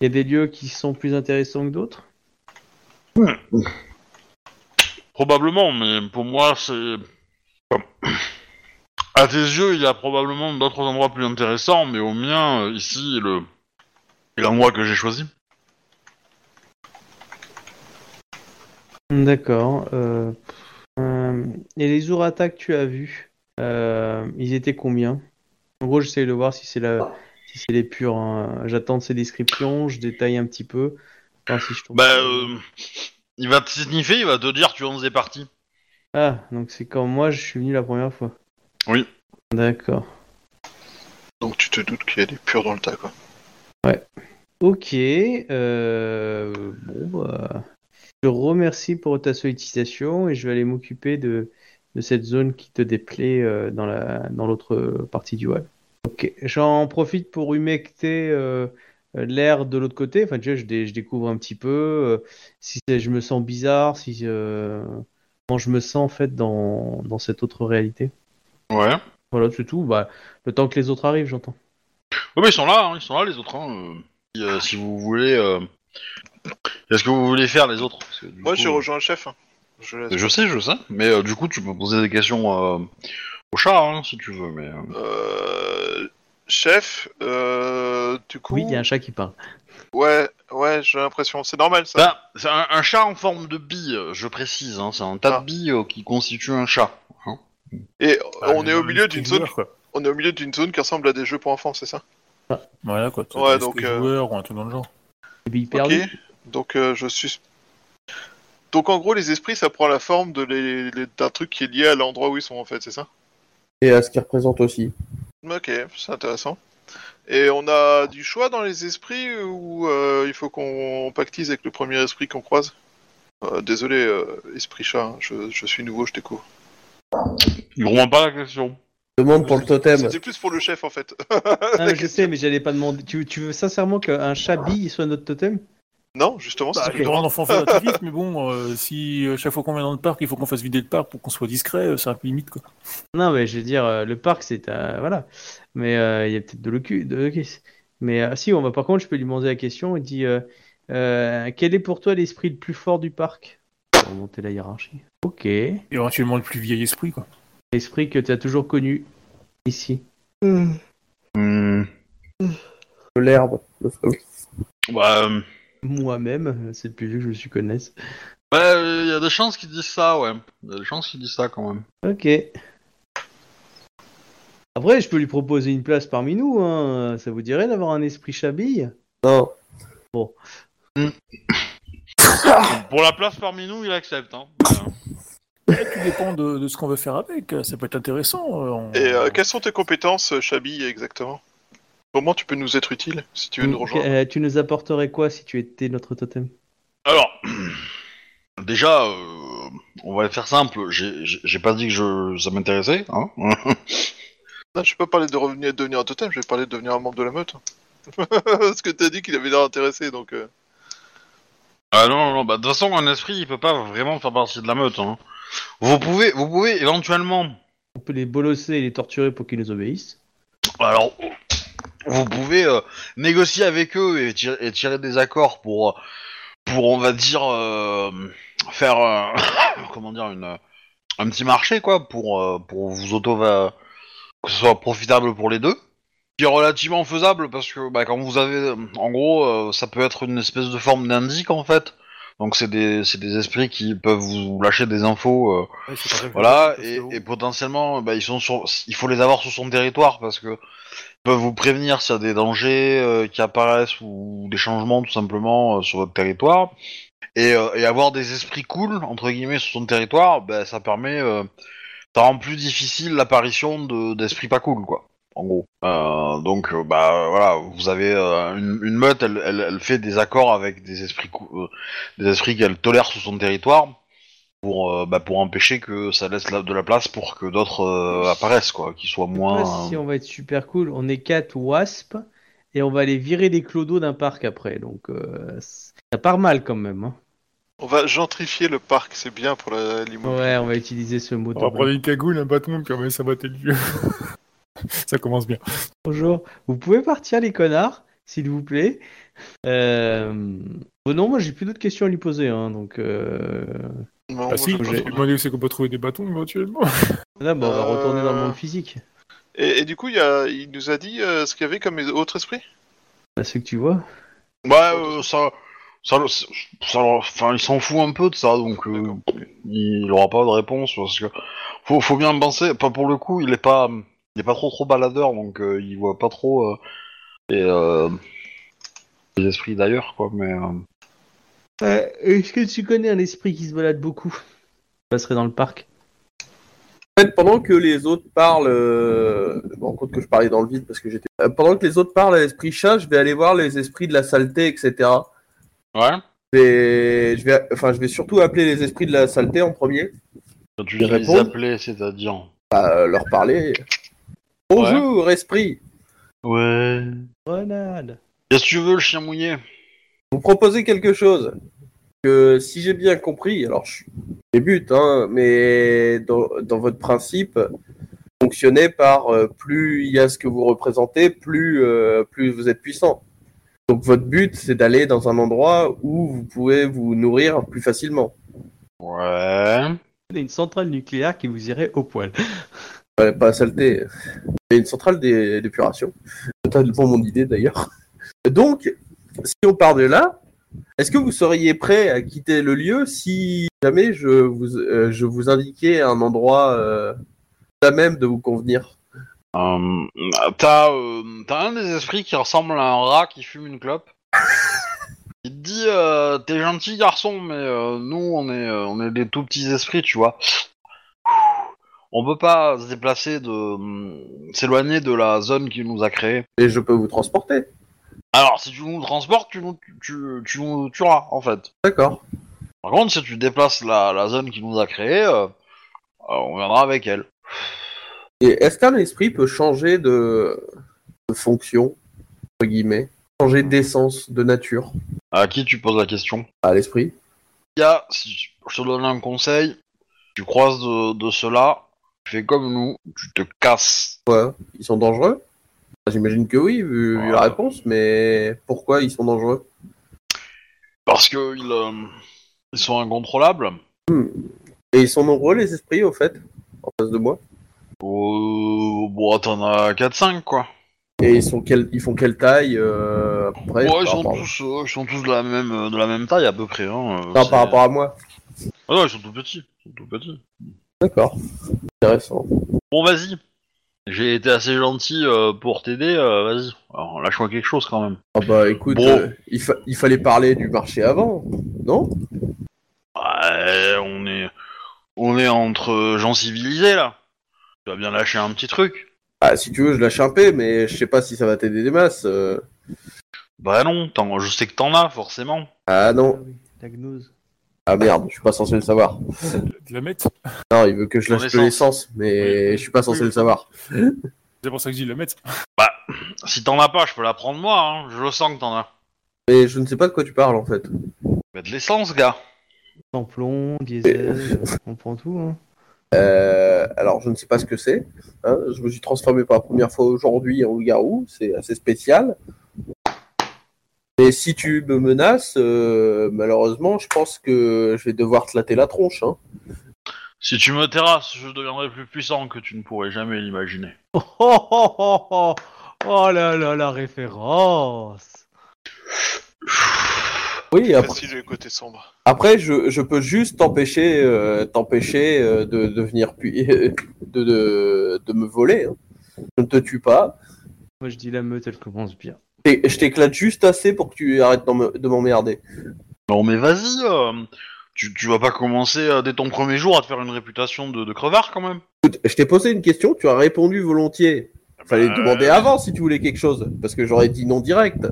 S3: Il y a des lieux qui sont plus intéressants que d'autres?
S1: Probablement, mais pour moi, c'est. À tes yeux, il y a probablement d'autres endroits plus intéressants, mais au mien, euh, ici, le. Et l'endroit que j'ai choisi.
S3: D'accord. euh, euh, et les Urata que tu as vus, euh, ils étaient combien En gros, j'essaie de voir si c'est la, si c'est les purs. hein. J'attends de ces descriptions, je détaille un petit peu. voir si je trouve-
S1: Bah, euh, il va te signifier, il va te dire tu en faisais partie.
S3: Ah, donc c'est quand moi je suis venu la première fois.
S1: Oui.
S3: D'accord.
S4: Donc tu te doutes qu'il y a des purs dans le tas, quoi.
S3: Ok. euh, bon, bah, je te remercie pour ta sollicitation et je vais aller m'occuper de, de cette zone qui te déplaît euh, dans la dans l'autre partie du web. Ok. J'en profite pour humecter euh, euh, l'air de l'autre côté. Enfin, tu vois, je, dé- je découvre un petit peu euh, si c'est- je me sens bizarre, si euh, comment je me sens en fait dans, dans cette autre réalité.
S1: Ouais.
S3: Voilà, c'est tout. Bah, le temps que les autres arrivent, j'entends.
S1: Oui, mais ils sont là, hein, ils sont là les autres. hein, euh. Si, euh, si vous voulez. euh, Est-ce que vous voulez faire les autres Parce que, du
S4: Moi,
S1: coup,
S4: je rejoins le chef. hein. Je laisse-
S1: Je sais, je sais. Mais euh, du coup, tu peux poser des questions euh, au chat hein, si tu veux. Mais euh,
S4: Euh, Chef, euh, du coup.
S3: Oui, il y a un chat qui parle.
S4: Ouais, ouais, j'ai l'impression. C'est normal ça.
S1: Bah, c'est un, un chat en forme de bille, euh, je précise. hein, c'est un tas
S4: Ah.
S1: de billes euh, qui constitue un chat. hein.
S4: Et
S6: Ah,
S4: Bah, on est au milieu
S6: les
S4: d'une zone,
S6: joueurs, quoi.
S4: on est au milieu d'une zone qui ressemble à des jeux pour enfants, c'est ça
S6: Voilà quoi.
S4: Ouais,
S6: Ouais,
S4: donc,
S6: donc.
S4: euh,
S6: joueurs ou un truc dans le genre.
S3: Il est
S4: Ok.
S3: perdu.
S4: Donc euh, je suis. Donc en gros, les esprits, ça prend la forme de les- les- d'un truc qui est lié à l'endroit où ils sont en fait, c'est ça
S8: Et à ce qu'il représente aussi.
S4: Ok, c'est intéressant. Et on a du choix dans les esprits ou euh, il faut qu'on pactise avec le premier esprit qu'on croise Euh, Désolé, euh, esprit chat, hein, je, je suis nouveau, je découvre.
S1: Il comprend pas la question.
S8: Demande pour le totem.
S4: C'était plus pour le chef en fait.
S3: Ah, je sais, mais j'allais pas demander. Tu, tu veux sincèrement qu'un chat bille soit notre totem
S4: non, justement, c'est
S6: Bah, les grands enfants font la vite, mais bon, euh, si euh, chaque fois qu'on vient dans le parc, il faut qu'on fasse vider le parc pour qu'on soit discret, euh, c'est un peu limite quoi.
S3: Non, mais je veux dire, euh, le parc, c'est un. Voilà. Mais euh, il y a peut-être de l'ocu. De... l'ocu- Mais euh, si, on va, par contre, je peux lui demander la question. Il dit euh, euh, Quel est pour toi l'esprit le plus fort du parc Pour monter la hiérarchie. Ok.
S6: Éventuellement le plus vieil esprit quoi.
S3: L'esprit que tu as toujours connu ici.
S1: Hmm.
S8: L'herbe. le fameux.
S1: Bah, euh,
S3: Moi-même, euh, c'est le plus vieux que je me suis connaisse.
S1: bah, il y a des chances qu'ils disent ça, ouais. Il y a des chances qu'ils disent ça quand même.
S3: Ok. Après, je peux lui proposer une place parmi nous. Hein. Ça vous dirait d'avoir un esprit chabille
S8: Non.
S1: Pour la place parmi nous, il accepte. Hein.
S6: Et tout dépend Eh, de, de ce qu'on veut faire avec, euh, ça peut être intéressant. euh, on-
S4: Et euh, quelles sont tes compétences, euh, Chabi, exactement Comment tu peux nous être utile si tu veux nous
S3: Ok,
S4: rejoindre
S3: euh, tu nous apporterais quoi si tu étais notre totem
S1: Alors, déjà, euh, on va faire simple. J'ai- J'ai j'ai pas dit que je, ça m'intéressait. Hein
S4: Non, Ah, je vais pas parler de revenir devenir un totem, je vais parler de devenir un membre de la meute. Parce que t'as dit qu'il avait l'air intéressé, donc. euh,
S1: ah non, non, non. Bah, de toute façon, un esprit, il peut pas vraiment faire partie de la meute. Hein. Vous pouvez, vous pouvez éventuellement.
S3: On peut les bolosser et les torturer pour qu'ils nous obéissent.
S1: Alors, vous pouvez euh, négocier avec eux et tirer, et tirer des accords pour, euh, pour on va dire, euh, faire, euh, comment dire, une, euh, un petit marché, quoi, pour, euh, pour vous auto va- que ce soit profitable pour les deux. Qui est relativement faisable parce que, bah, quand vous avez, en gros, euh, ça peut être une espèce de forme d'indic, en fait. Donc, c'est des, c'est des esprits qui peuvent vous lâcher des infos. euh,
S6: Ouais, c'est pas vrai.
S1: voilà,
S6: Parce que-
S1: et, et potentiellement, bah, ils sont sur- il faut les avoir sur son territoire parce que ils peuvent vous prévenir s'il y a des dangers euh, qui apparaissent ou des changements tout simplement euh, sur votre territoire. Et, euh, et avoir des esprits cool entre guillemets sur son territoire, bah, ça permet, euh, ça rend plus difficile l'apparition de- d'esprits pas cool, quoi. En gros. Euh, donc, euh, bah voilà, vous avez euh, une, une meute, elle, elle- elle fait des accords avec des esprits, cou- euh, des esprits qu'elle tolère sur son territoire pour, euh, bah, pour empêcher que ça laisse la- de la place pour que d'autres euh, apparaissent, quoi, qui soient
S3: Je sais
S1: moins.
S3: pas si on va être super cool. On est quatre wasps et on va les virer des clodos d'un parc après. Donc euh, c- ça part mal quand même. hein.
S4: On va gentrifier le parc, c'est bien pour la limo.
S3: Ouais, on va utiliser ce mot.
S6: On va
S3: double.
S6: prendre une cagoule, un bâton, puis on va s'abattre le lieu. ça commence bien.
S3: Bonjour. Vous pouvez partir les connards, s'il vous plaît. Euh... Bon, non, moi j'ai plus d'autres questions à lui poser. hein, donc euh,
S6: Ah,
S4: Non,
S5: Bah
S4: moi,
S5: si,
S4: je
S5: je
S4: pense
S5: me
S4: pas.
S5: demandais où c'est qu'on peut trouver des bâtons éventuellement.
S3: Là, bah, on va
S4: Euh,
S3: retourner dans le monde physique.
S4: et, et du coup, il, y a- il nous a dit euh, ce qu'il y avait comme autre esprit
S3: Bah, c'est que tu vois.
S1: Bah, euh, ça. ça, le- ça, leur- enfin, il s'en fout un peu de ça, donc euh, il aura pas de réponse parce que faut, faut bien penser. Pas pour le coup, il est pas, il est pas trop trop baladeur, donc euh, il voit pas trop euh, et, euh, les esprits d'ailleurs, quoi. Mais euh,
S3: Euh, Est-ce que tu connais un esprit qui se balade beaucoup Je passerai dans le parc.
S8: En fait, pendant que les autres parlent, euh, je me rends compte que je parlais dans le vide parce que j'étais. euh, pendant que les autres parlent à l'esprit chat, je vais aller voir les esprits de la saleté, etc.
S1: ouais.
S8: Je vais, je vais, enfin, je vais surtout appeler les esprits de la saleté en premier,
S1: Quand tu
S8: Ils
S1: dis les
S8: répondent
S1: appeler, c'est-à-dire.
S8: euh, leur parler. Bonjour, esprit.
S1: Ouais.
S3: Grenade
S1: Qu'est-ce que tu veux, le chien mouillé
S8: Vous proposez quelque chose que, si j'ai bien compris, alors je débute, hein, mais dans, dans votre principe, fonctionnez par euh, plus il y a ce que vous représentez, plus euh, plus vous êtes puissant. Donc votre but, c'est d'aller dans un endroit où vous pouvez vous nourrir plus facilement.
S1: Ouais.
S3: Il y a une centrale nucléaire qui vous irait au poil.
S8: Ouais, pas saleté. Il y a une centrale d'é- d'épuration. Totalement mon idée d'ailleurs. Donc, si on part de là, est-ce que vous seriez prêt à quitter le lieu si jamais je vous, euh, je vous indiquais un endroit euh, à même de vous convenir
S1: Euh, t'as, euh, t'as un des esprits qui ressemble à un rat qui fume une clope. Il te dit euh, T'es gentil garçon, mais euh, nous on est, euh, on est des tout petits esprits, tu vois. On peut pas se déplacer, de s'éloigner de la zone qui nous a créé.
S8: Et je peux vous transporter.
S1: Alors, si tu nous transportes, tu nous, tu, tu, tu nous tueras en fait.
S8: D'accord.
S1: Par contre, si tu déplaces la, la zone qui nous a créé, euh, euh, on viendra avec elle.
S8: Et est-ce qu'un esprit peut changer de, de fonction, entre guillemets, changer d'essence, de nature
S1: À qui tu poses la question
S8: à l'esprit
S1: Il y a, si je- je te donne un conseil, tu croises de, de cela, tu fais comme nous, tu te casses.
S8: Ouais. Ils sont dangereux Enfin, J'imagine que oui, vu, vu la
S1: Ouais.
S8: réponse, mais pourquoi ils sont dangereux
S1: Parce que ils, euh, ils sont incontrôlables.
S8: Et ils sont nombreux, les esprits, au fait, en face de moi.
S1: Euh, bon, t'en as 4-5, quoi.
S8: Et ils, sont quel- ils font quelle taille euh, à peu près,
S1: Ouais,
S8: par
S1: ils, sont
S8: rapport à-
S1: tous, euh, ils sont tous de la même, euh, de la même taille, à peu près. Hein, euh,
S8: Non,
S1: c'est-
S8: par rapport à moi.
S1: Ah non, ils sont tout petits. ils sont tout petits.
S8: D'accord. Intéressant.
S1: Bon, vas-y. J'ai été assez gentil euh, pour t'aider, euh, vas-y. Alors, lâche-moi quelque chose, quand même.
S8: Ah bah écoute,
S1: Bon.
S8: euh, il, fa- il fallait parler du marché avant, non
S1: Ouais, on est... On est entre gens civilisés, là. Tu vas bien lâcher un petit truc.
S8: Ah, si tu veux, je lâche un P, mais je sais pas si ça va t'aider des masses. euh.
S1: Bah non, t'en- je sais que t'en as, forcément.
S8: Ah
S3: Ah
S8: non.
S3: oui, la gnose.
S8: Ah merde, je suis pas censé le savoir.
S5: De la mettre.
S8: Non, il veut que je
S1: Ton
S8: lâche de l'essence, mais
S5: Oui.
S8: je suis pas censé
S5: Oui.
S8: le savoir.
S5: C'est pour ça que je dis de la mettre.
S1: Si t'en as pas, je peux la prendre moi, hein. je le sens que t'en as.
S8: Mais je ne sais pas de quoi tu parles, en fait.
S1: Bah de l'essence, gars.
S3: Sans plomb, diesel, euh, on prend tout. Hein.
S8: Euh, alors, je ne sais pas ce que c'est. hein. Je me suis transformé pour la première fois aujourd'hui en loup-garou. C'est assez spécial. Mais si tu me menaces, euh, malheureusement, je pense que je vais devoir te latter la tronche. hein.
S1: Si tu me terrasses, je deviendrai plus puissant que tu ne pourrais jamais l'imaginer.
S3: Oh, oh, oh, oh, oh. Oh là là, la référence
S8: Oui, après,
S4: Facile le côté sombre.
S8: après, je, je peux juste t'empêcher euh, t'empêcher euh, de, de venir puis de, de, de me voler. hein. Je ne te tue pas.
S3: Moi, je dis la meute, elle commence bien.
S8: Et je t'éclate juste assez pour que tu arrêtes d'en me- de m'emmerder.
S1: Non mais vas-y, euh, tu, tu vas pas commencer euh, dès ton premier jour à te faire une réputation de, de crevard quand même.
S8: Écoute, Je t'ai posé une question, tu as répondu volontiers. Fallait
S1: Bah,
S8: demander avant si tu voulais quelque chose, parce que j'aurais dit non direct.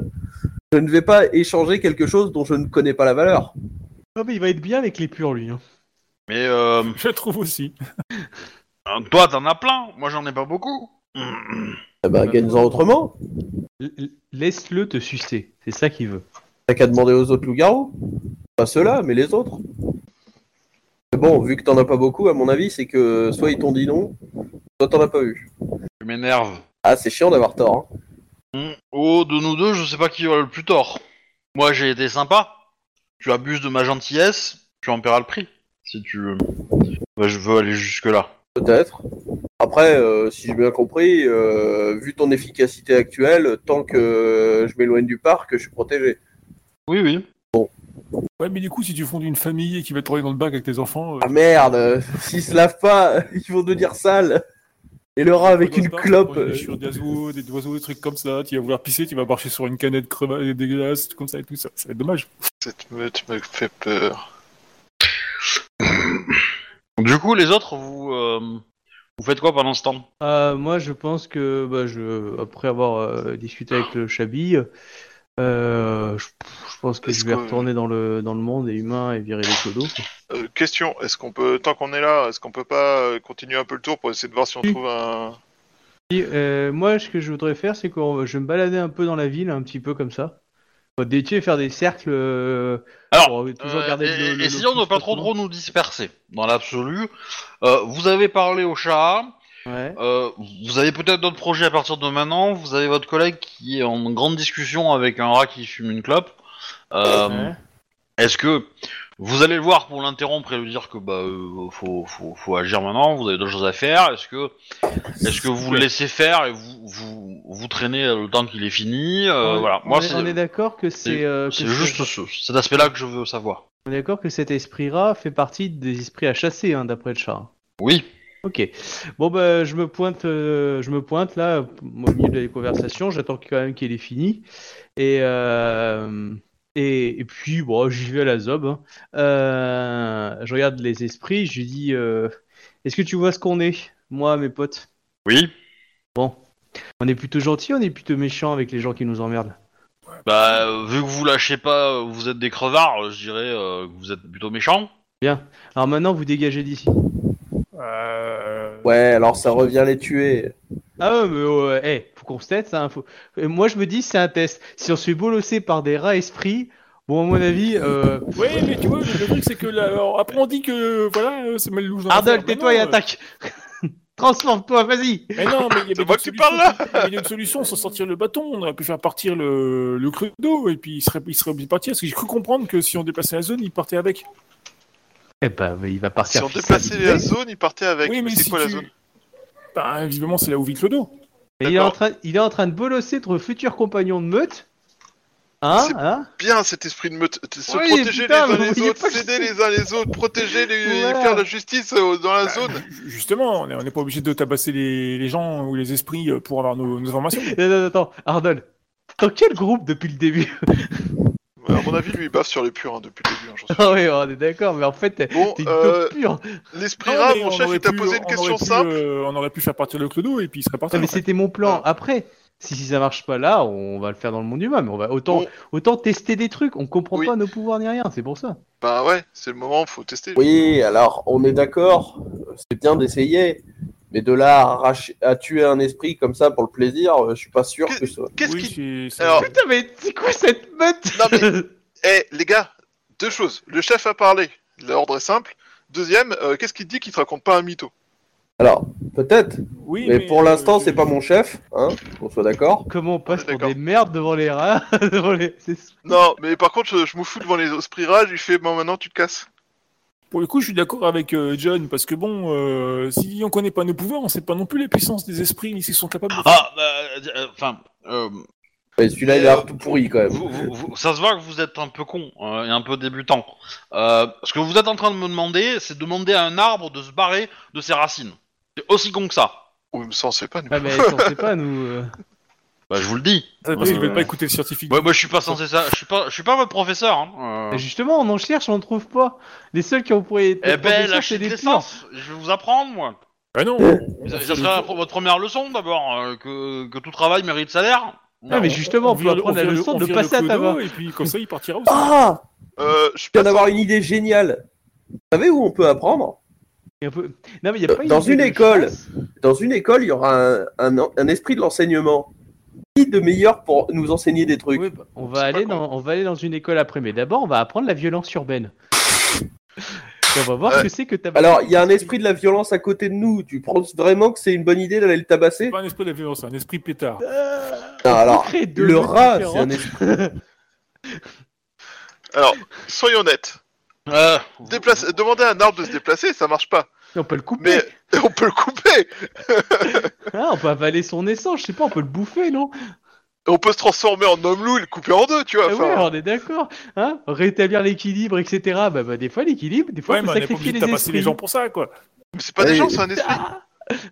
S8: Je ne vais pas échanger quelque chose dont je ne connais pas la valeur.
S3: Oh, mais il va être bien avec les purs, lui. Hein.
S1: Mais euh, Hein,
S5: Je trouve aussi.
S1: toi t'en as plein, moi j'en ai pas beaucoup. Mm.
S8: Eh ben, gagne-en autrement.
S3: L- l- Laisse-le te sucer, c'est ça qu'il veut.
S8: T'as qu'à demander aux autres loups-garous. Pas ceux-là, mais les autres. Mais bon, vu que t'en as pas beaucoup, à mon avis, c'est que soit ils t'ont dit non, soit t'en as pas eu.
S1: Tu m'énerves.
S8: Ah, c'est chiant d'avoir tort. hein.
S1: Mm. Oh, de nous deux, je sais pas qui aura le plus tort. Moi j'ai été sympa, tu abuses de ma gentillesse, tu en paieras le prix. si tu veux. Bah, je veux aller jusque-là.
S8: Peut-être. Après, euh, si j'ai bien compris, euh, vu ton efficacité actuelle, tant que euh, je m'éloigne du parc, je suis protégé.
S1: Oui, oui.
S6: Ouais, mais du coup, si tu fondes une famille et qui va travailler dans le bac avec tes enfants, euh,
S8: Ah merde, s'ils se lavent pas, ils vont devenir sales. Et le rat avec
S6: dans le
S8: une
S6: parc,
S8: clope. euh,
S6: tu vas Sur des oiseaux, des oiseaux, des trucs comme ça, tu vas vouloir pisser, tu vas marcher sur une canette crevasse dégueulasse, tout comme ça et tout ça. Ça va être dommage.
S4: Cette meute me fait peur.
S1: Du coup, les autres, vous, euh, vous faites quoi pendant ce temps
S3: Euh, moi, je pense que bah, je, après avoir euh, discuté avec le Chabi, euh, je, je pense que
S4: Est-ce
S3: je vais
S4: que-
S3: retourner dans le dans le monde et humain et virer les codos. quoi.
S4: Euh, question, est-ce qu'on peut, tant qu'on est là, est-ce qu'on peut pas euh, continuer un peu le tour pour essayer de voir si on trouve un...
S3: Et, euh, moi, ce que je voudrais faire, c'est que je vais me balader un peu dans la ville, un petit peu comme ça. Faut détier faire des cercles. euh,
S1: Alors,
S3: pour toujours garder
S1: Euh, et,
S3: le- le-
S1: et
S3: le
S1: essayons de
S3: focus
S1: pas trop
S3: loin.
S1: trop nous disperser, dans l'absolu. Euh, vous avez parlé au chat,
S3: Ouais.
S1: euh, vous avez peut-être d'autres projets à partir de maintenant, vous avez votre collègue qui est en grande discussion avec un rat qui fume une clope. Euh,
S3: Ouais.
S1: Est-ce que vous allez le voir pour l'interrompre et lui dire que bah euh, faut, faut, faut agir maintenant, vous avez d'autres choses à faire Est-ce que est-ce que vous le laissez faire et vous vous, vous traînez le temps qu'il est fini Euh,
S3: On-
S1: Voilà,
S3: on
S1: moi
S3: est-
S1: c'est
S3: on est d'accord que c'est euh, que
S1: c'est
S3: c'est-
S1: juste ce- cet aspect-là que je veux savoir.
S3: On est d'accord que cet esprit rat fait partie des esprits à chasser, hein, d'après le chat.
S1: Oui.
S3: Ok. Bon bah je me pointe, euh, je me pointe là au milieu des conversations. J'attends quand même qu'il ait fini. Et euh, et, et puis bon, j'y vais à la zob. hein. Euh, je regarde les esprits. Je lui dis, euh, est-ce que tu vois ce qu'on est, moi, mes potes
S1: Oui.
S3: On est plutôt gentil, on est plutôt méchant avec les gens qui nous emmerdent.
S1: Bah, euh, vu que vous lâchez pas, euh, vous êtes des crevards, euh, je dirais euh, que vous êtes plutôt méchants.
S3: Alors maintenant, vous dégagez d'ici.
S6: Euh...
S8: Ouais, alors ça revient les tuer.
S3: Ah ouais, mais euh, hey, faut qu'on se teste. hein, faut- Euh, Moi, je me dis, c'est un test. Si on se fait bolosser par des rats esprits, bon, à mon avis, euh...
S6: Ouais, mais tu vois, le, le truc c'est que là, alors, après on dit que voilà, euh, c'est mal louche dans
S3: Ardol,
S6: l'affaire. Mais
S3: tais-toi et
S6: non, euh,
S3: attaque Transforme-toi, vas-y
S6: Mais non, mais il y avait
S4: moi que
S6: une
S4: tu
S6: solution,
S4: parles, là
S6: il y avait une solution sans sortir le bâton. On aurait pu faire partir le, le creux d'eau et puis il serait, il serait obligé de partir. Parce que j'ai cru comprendre que si on déplaçait la zone, il partait avec.
S3: Eh ben, mais il va partir.
S4: Si on déplaçait la zone, il partait avec.
S6: oui, mais
S4: c'est
S6: si
S4: quoi
S6: tu...
S4: la zone
S6: Bah, visiblement, c'est là où vit Clodo.
S3: Et il, est en
S4: D'accord.
S3: train, il est en train de bolosser notre futur compagnon de meute. Hein
S4: C'est-
S3: Hein
S4: Bien cet esprit de meute, t- se
S3: Oui,
S4: protéger les
S3: putain, mais
S4: uns
S3: vous
S4: les
S3: voyez
S4: autres,
S3: pas que
S4: s'aider
S3: c'est-
S4: les uns les autres, protéger les,
S3: Voilà.
S4: faire la justice euh, dans la
S6: Bah,
S4: zone.
S6: ju- Justement, on n'est on n'est pas obligé de tabasser les, les gens ou les esprits euh, pour avoir nos, nos informations.
S3: Non, non, attends, Ardol, dans quel groupe depuis le début
S4: À mon avis, lui, il baffe sur les purs hein, depuis le début. hein, j'en suis
S3: Ah oui, on est d'accord, mais en fait, t'es
S4: Bon,
S3: t'es une
S4: euh,
S3: taupe pure
S4: l'esprit
S6: Non,
S4: rat,
S6: mais
S4: mon
S6: on
S4: chef,
S6: aurait
S4: il t'a
S6: pu-
S4: posé une
S6: on
S4: question
S6: aurait pu,
S4: simple.
S6: euh, on aurait pu faire partir le Clodo et puis il serait parti.
S3: Non, mais c'était mon plan.
S4: Ouais.
S3: Après, si, si ça marche pas là, on va le faire dans le monde humain, mais on va autant,
S4: Bon.
S3: autant tester des trucs. On comprend
S4: Oui.
S3: pas nos pouvoirs ni rien, c'est pour ça.
S4: Bah ouais, c'est le moment, faut tester.
S8: Oui, alors on est d'accord, c'est bien d'essayer, mais de là à, arracher- à tuer un esprit comme ça pour le plaisir, euh, je suis pas sûr que ça.
S4: Qu'est-ce
S6: Oui,
S4: qui.
S6: c'est- c'est-
S4: Alors-
S3: Putain, mais c'est quoi cette meute
S4: Non, mais- Eh, les gars, deux choses. Le chef a parlé, l'ordre est simple. Deuxième, euh, qu'est-ce qu'il te dit qu'il te raconte pas un mytho
S8: Alors, peut-être,
S6: Oui,
S8: mais, pour
S6: euh,
S8: l'instant,
S6: je-
S8: c'est pas mon chef, hein, qu'on soit d'accord.
S3: Comment on passe pour
S4: D'accord.
S3: des merdes devant les rats devant les... c'est-
S4: Non, mais par contre, je, je me fous devant les esprits rats, je lui fais, bon, maintenant tu te casses.
S6: Pour le coup, je suis d'accord avec euh, John, parce que bon, euh, si on connaît pas nos pouvoirs, on sait pas non plus les puissances des esprits, ni s'ils sont capables de...
S1: Ah, bah, euh, enfin, euh,
S8: Et celui-là, il a l'air tout pourri quand même.
S1: vous- vous- vous- ça se voit que vous êtes un peu con euh, et un peu débutant. Euh, ce que vous êtes en train de me demander, c'est de demander à un arbre de se barrer de ses racines. C'est aussi con que ça.
S4: Oui, mais ça, on sait pas, nous.
S3: Ah, mais on sait pas, nous. euh.
S1: Bah, je vous le dis.
S6: Ça, parce qu'ils
S1: Euh,
S6: veulent pas écouter le scientifique.
S1: Ouais, moi, je suis pas censé ça. Je suis pas, je suis pas votre professeur. Hein. euh.
S3: Mais Justement, on en cherche, on en trouve pas. Les seuls qui ont pourrait être
S1: Eh ben,
S3: professeurs,
S1: la
S3: c'est
S1: chute
S3: les
S1: d'essence. Je vais vous apprendre, moi.
S6: Ah non
S1: Mais Ça, ça serait la- votre première leçon d'abord, euh, que, que tout travail mérite salaire.
S3: Non, Ah, mais justement, on
S6: vire
S3: peut
S6: le-
S3: apprendre la
S6: vire le-
S3: leçon
S6: on
S3: de
S6: vire
S3: passer
S6: le
S3: à tabac.
S6: clodo, Et puis comme ça, il partira aussi.
S8: Ah
S4: Euh, je
S8: Je viens
S4: passe-
S8: d'avoir une idée géniale. Vous savez où on peut apprendre
S3: Il y a un peu- Non, mais il y a pas
S8: Euh, Dans
S3: idée
S8: une
S3: de
S8: école.
S3: chasse.
S8: Dans une école, il y aura un, un- un esprit de l'enseignement. Qui de meilleur pour nous enseigner des trucs
S3: Oui, bah, on, va
S4: C'est pas
S3: aller dans, on va aller dans une école après, mais d'abord, on va apprendre la violence urbaine. Et on va voir
S4: Euh,
S3: ce que c'est que tabac.
S8: Alors, il y a un esprit de la violence à côté de nous. Tu penses vraiment que c'est une bonne idée d'aller le tabasser
S3: Bah,
S6: C'est pas un esprit de la violence, c'est un esprit pétard.
S3: Ah,
S8: Non, alors,
S3: Créer deux
S8: le
S3: meutes
S8: rat, c'est
S3: différentes.
S8: un esprit.
S4: Alors, soyons honnêtes.
S1: Ah,
S4: Déplacer- Demander à un arbre de se déplacer, ça marche pas.
S3: On peut le couper.
S4: Mais on peut le couper.
S3: Ah, on peut avaler son essence, je sais pas, on peut le bouffer, non
S4: On peut se transformer en homme loup et le couper en deux, tu vois.
S3: Ah
S4: enfin,
S3: ouais, on est d'accord. Hein Rétablir l'équilibre, etc. Bah, bah, des fois, l'équilibre, des fois,
S6: Ouais,
S3: on
S6: mais
S3: peut
S6: on n'est pas
S3: sacrifier
S6: obligé de
S3: les
S6: tabasser
S3: esprits.
S6: les gens pour ça, quoi.
S4: mais c'est pas des
S3: Ah
S7: Oui.
S4: gens, c'est un esprit.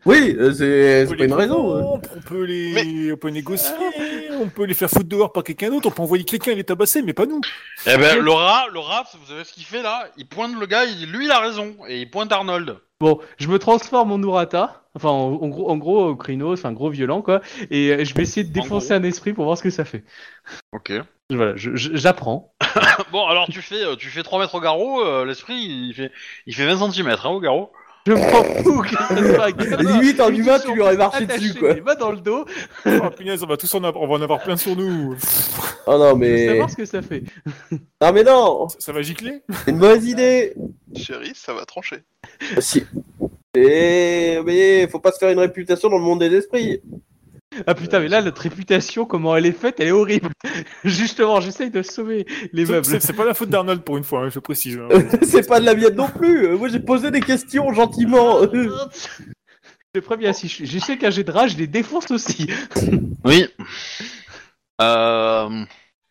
S7: Oui, euh, c'est c'est
S6: On peut
S7: pas
S6: les
S7: une raison. euh.
S6: corrompre, On peut les, on peut négocier,
S3: Ah,
S6: Ah, on peut les faire foutre dehors par quelqu'un d'autre, on peut envoyer quelqu'un et les tabasser, mais pas nous.
S1: Eh ben, le rat, le rat, vous savez ce qu'il fait là Il pointe le gars, il dit lui il a raison, et il pointe Arnold.
S3: Bon, je me transforme en Urata, enfin, en, en gros, en gros, au Crinos, un gros violent, quoi, et euh, je vais essayer de
S1: En
S3: défoncer un esprit pour voir ce que ça fait.
S1: Ok.
S3: Voilà, je- je- j'apprends.
S1: Bon, alors tu fais, euh, tu fais 3 mètres au garrot, euh, l'esprit il fait, il fait 20 cm hein, au garrot.
S3: Je m'en fous que ça soit
S7: Limite, en humain, tu lui aurais marché dessus, quoi.
S3: Les mains dans le dos,
S6: Ah, punaise, on va tous en avoir, on va en avoir plein sur nous.
S7: Oh non,
S3: je veux
S7: mais.
S3: savoir ce que ça fait.
S7: Non, mais non
S6: Ça, ça va gicler
S7: C'est une mauvaise idée
S4: Chérie, ça va trancher.
S7: Si. Et... Mais faut pas se faire une réputation dans le monde des esprits.
S3: Ah putain, mais là, notre réputation, comment elle est faite, elle est horrible. Justement, j'essaye de sauver les meubles.
S6: C'est c'est pas la faute d'Arnold pour une fois, hein, je précise. hein.
S7: c'est pas de la mienne non plus. Euh, Moi, j'ai posé des questions gentiment.
S3: Ah, Le premier, ah, si je- j'essaie qu'un jet de rage, je les défonce aussi.
S1: Oui. Euh.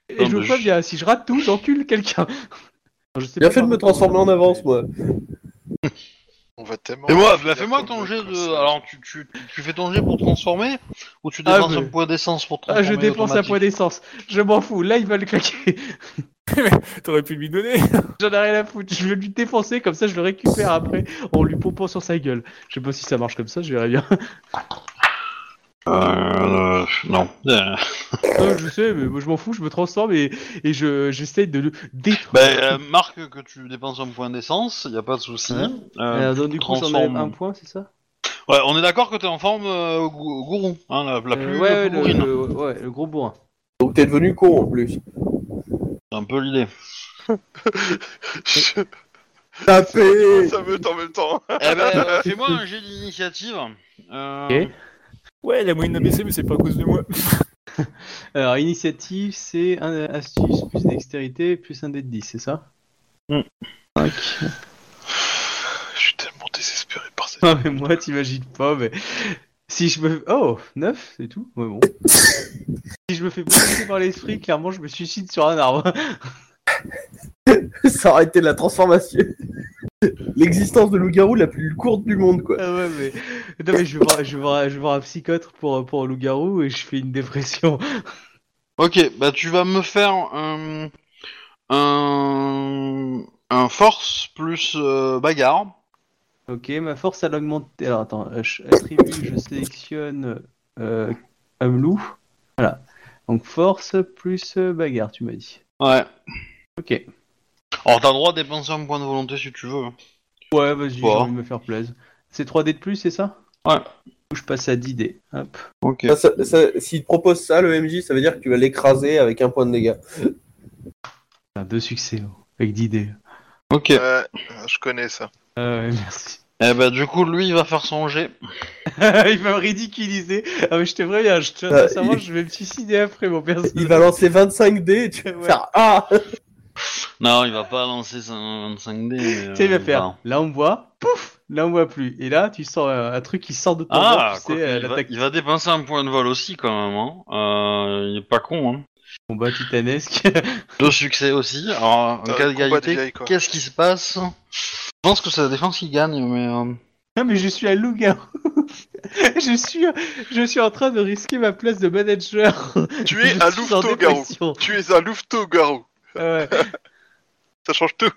S3: Et
S1: Non,
S3: je
S1: mais
S3: vois
S1: je-
S3: bien, si je rate tout, j'encule quelqu'un. Non, Je sais
S7: Bien
S3: pas
S7: fait de me transformer en avance, moi.
S4: On va tellement.
S1: Fais-moi, bah,
S4: la
S1: fais-moi
S4: peau
S1: ton
S4: de
S1: jet de.
S4: cosser.
S1: Alors tu, tu, tu fais ton jet pour te transformer ou tu
S3: Ah,
S1: dépenses
S3: mais-
S1: un point d'essence pour te
S3: Ah,
S1: transformer
S3: je dépense un
S1: automatique.
S3: point d'essence. Je m'en fous. Là, ils veulent claquer.
S6: T'aurais pu lui donner.
S3: J'en ai rien à foutre. Je vais lui défoncer, comme ça, je le récupère après en lui pompant sur sa gueule. Je sais pas si ça marche comme ça, je verrai bien.
S1: Euh. euh, Non. Euh,
S3: Non, je sais, mais moi, je m'en fous, je me transforme et, et je, j'essaye de le détruire.
S1: Bah, euh, marque que tu dépenses un point d'essence, y a pas de souci.
S3: Hein
S1: Euh,
S3: Euh, donc, du
S1: tu
S3: coup, j'en ai
S1: transformes.
S3: un point, c'est ça
S1: Ouais, on est d'accord que t'es en forme euh, au gou- au gourou, hein, la, la
S3: Euh,
S1: plus
S3: ouais,
S1: la
S3: ouais,
S1: plus bourrine.
S3: le, le- ouais, le gros bourrin.
S7: Donc t'es devenu con en plus.
S1: C'est un peu l'idée.
S4: Je-
S7: Tapé
S4: ça veut en même temps.
S1: eh ben, euh, fais-moi un jet d'initiative. Euh,
S3: Ok.
S6: Ouais, la moyenne a baissé, mais c'est pas à cause de moi.
S3: Alors, initiative, c'est un euh, astuce, plus dextérité, plus un dé de 10, c'est ça
S1: Hmm.
S3: 5.
S4: Je suis tellement désespéré par cette.
S3: Non, mais moi, t'imagines pas, mais. Si je me. Oh, 9, c'est tout Ouais, bon. si je me fais pousser par l'esprit, clairement, je me suicide sur un arbre.
S7: Ça aurait été la transformation. L'existence de loup-garou la plus courte du monde, quoi.
S3: ah ouais, mais. Non, mais je vais voir, je vais voir, je vais voir un psychiatre pour, pour un loup-garou et je fais une dépression.
S1: Ok, bah tu vas me faire un. un. un force plus euh, bagarre.
S3: Ok, ma force, elle augmente. Alors, attends, euh, je attribue, je sélectionne. Euh, homme loup. Voilà. Donc, force plus euh, bagarre, tu m'as dit.
S1: Ouais.
S3: Ok.
S1: Alors t'as le droit de dépenser un point de volonté si tu veux.
S3: Ouais, vas-y, j'ai
S1: Bon.
S3: envie de me faire plaisir. C'est 3D de plus, c'est ça
S1: Ouais.
S3: Du coup, Je passe à 10D. Hop.
S1: Ok.
S7: Ça, ça- ça- S'il te propose ça, le MJ, ça veut dire que tu vas l'écraser avec un point de dégâts.
S3: Putain, deux succès, oh, avec 10D.
S1: Ok.
S4: Ouais, euh, je connais ça.
S3: Euh, merci.
S1: Eh ben du coup lui il va faire son jet.
S3: il va me ridiculiser. Ah, mais je te préviens, je te
S7: Euh,
S3: sincèrement,
S7: il-
S3: je vais me suicider après, mon personnage.
S7: Il va lancer 25 dés et tu vas
S3: Ouais.
S7: faire Ah
S1: Non il va pas lancer son 25D. mais, euh,
S3: Tu sais, il va faire.
S1: enfin.
S3: Là, on me voit. Pouf Là, on me voit plus. Et là, tu sens euh, un truc qui sort de ton ventre,
S1: Ah,
S3: tu sais,
S1: quoi,
S3: euh,
S1: il, va,
S3: l'attaque
S1: il va dépenser un point de vol aussi quand même. Hein. Euh, il est pas con. Hein.
S3: combat titanesque.
S1: Deux succès aussi. Alors, en
S4: Dans
S1: cas
S4: le Euh, combat des
S1: d'égalité,
S4: vieilles, quoi.
S1: qu'est-ce qui se passe Je pense que c'est la défense qui gagne, mais. euh,
S3: non, mais je suis un loup-garou. je, suis, je suis en train de risquer ma place de manager.
S4: Tu
S3: Je
S4: es un
S3: suis en
S4: louveteau-garou.
S3: dépression.
S4: Tu es un louveteau-garou.
S3: Ah ouais.
S4: Ça change tout.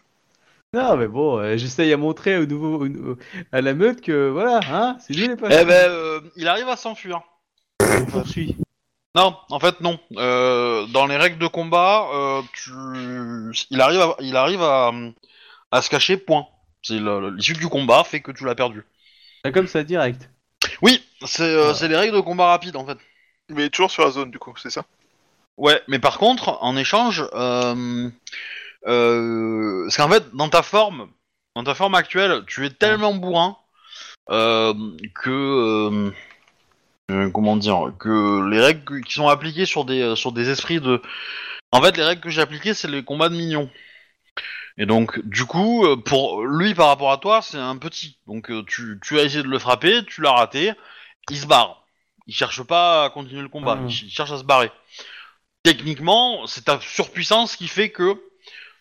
S3: Non, mais bon, euh, j'essaye à montrer au nouveau, au- au- à la meute que voilà, hein, c'est lui les pas.
S1: Eh ben, euh, il arrive à s'enfuir.
S3: on poursuit.
S1: Non, en fait, non. Euh, dans les règles de combat, euh, tu... il arrive, à... il arrive à... à se cacher. Point. C'est le- l'issue du combat fait que tu l'as perdu.
S3: Ah, Comme ça, direct.
S1: Oui, c'est euh, c'est les règles de combat rapide en fait.
S4: Mais toujours sur la zone, du coup, c'est ça.
S1: Ouais, mais par contre, en échange, euh, euh, parce qu'en fait, dans ta forme, dans ta forme actuelle, tu es tellement bourrin euh, que euh, euh, comment dire que les règles qui sont appliquées sur des euh, sur des esprits de, en fait, les règles que j'ai appliquées, c'est les combats de mignons. Et donc, du coup, euh, pour lui par rapport à toi, c'est un petit. Donc, euh, tu, tu as essayé de le frapper, tu l'as raté, il se barre. Il cherche pas à continuer le combat,
S3: Ah.
S1: il, ch- il cherche à se barrer. Techniquement, c'est ta surpuissance qui fait que.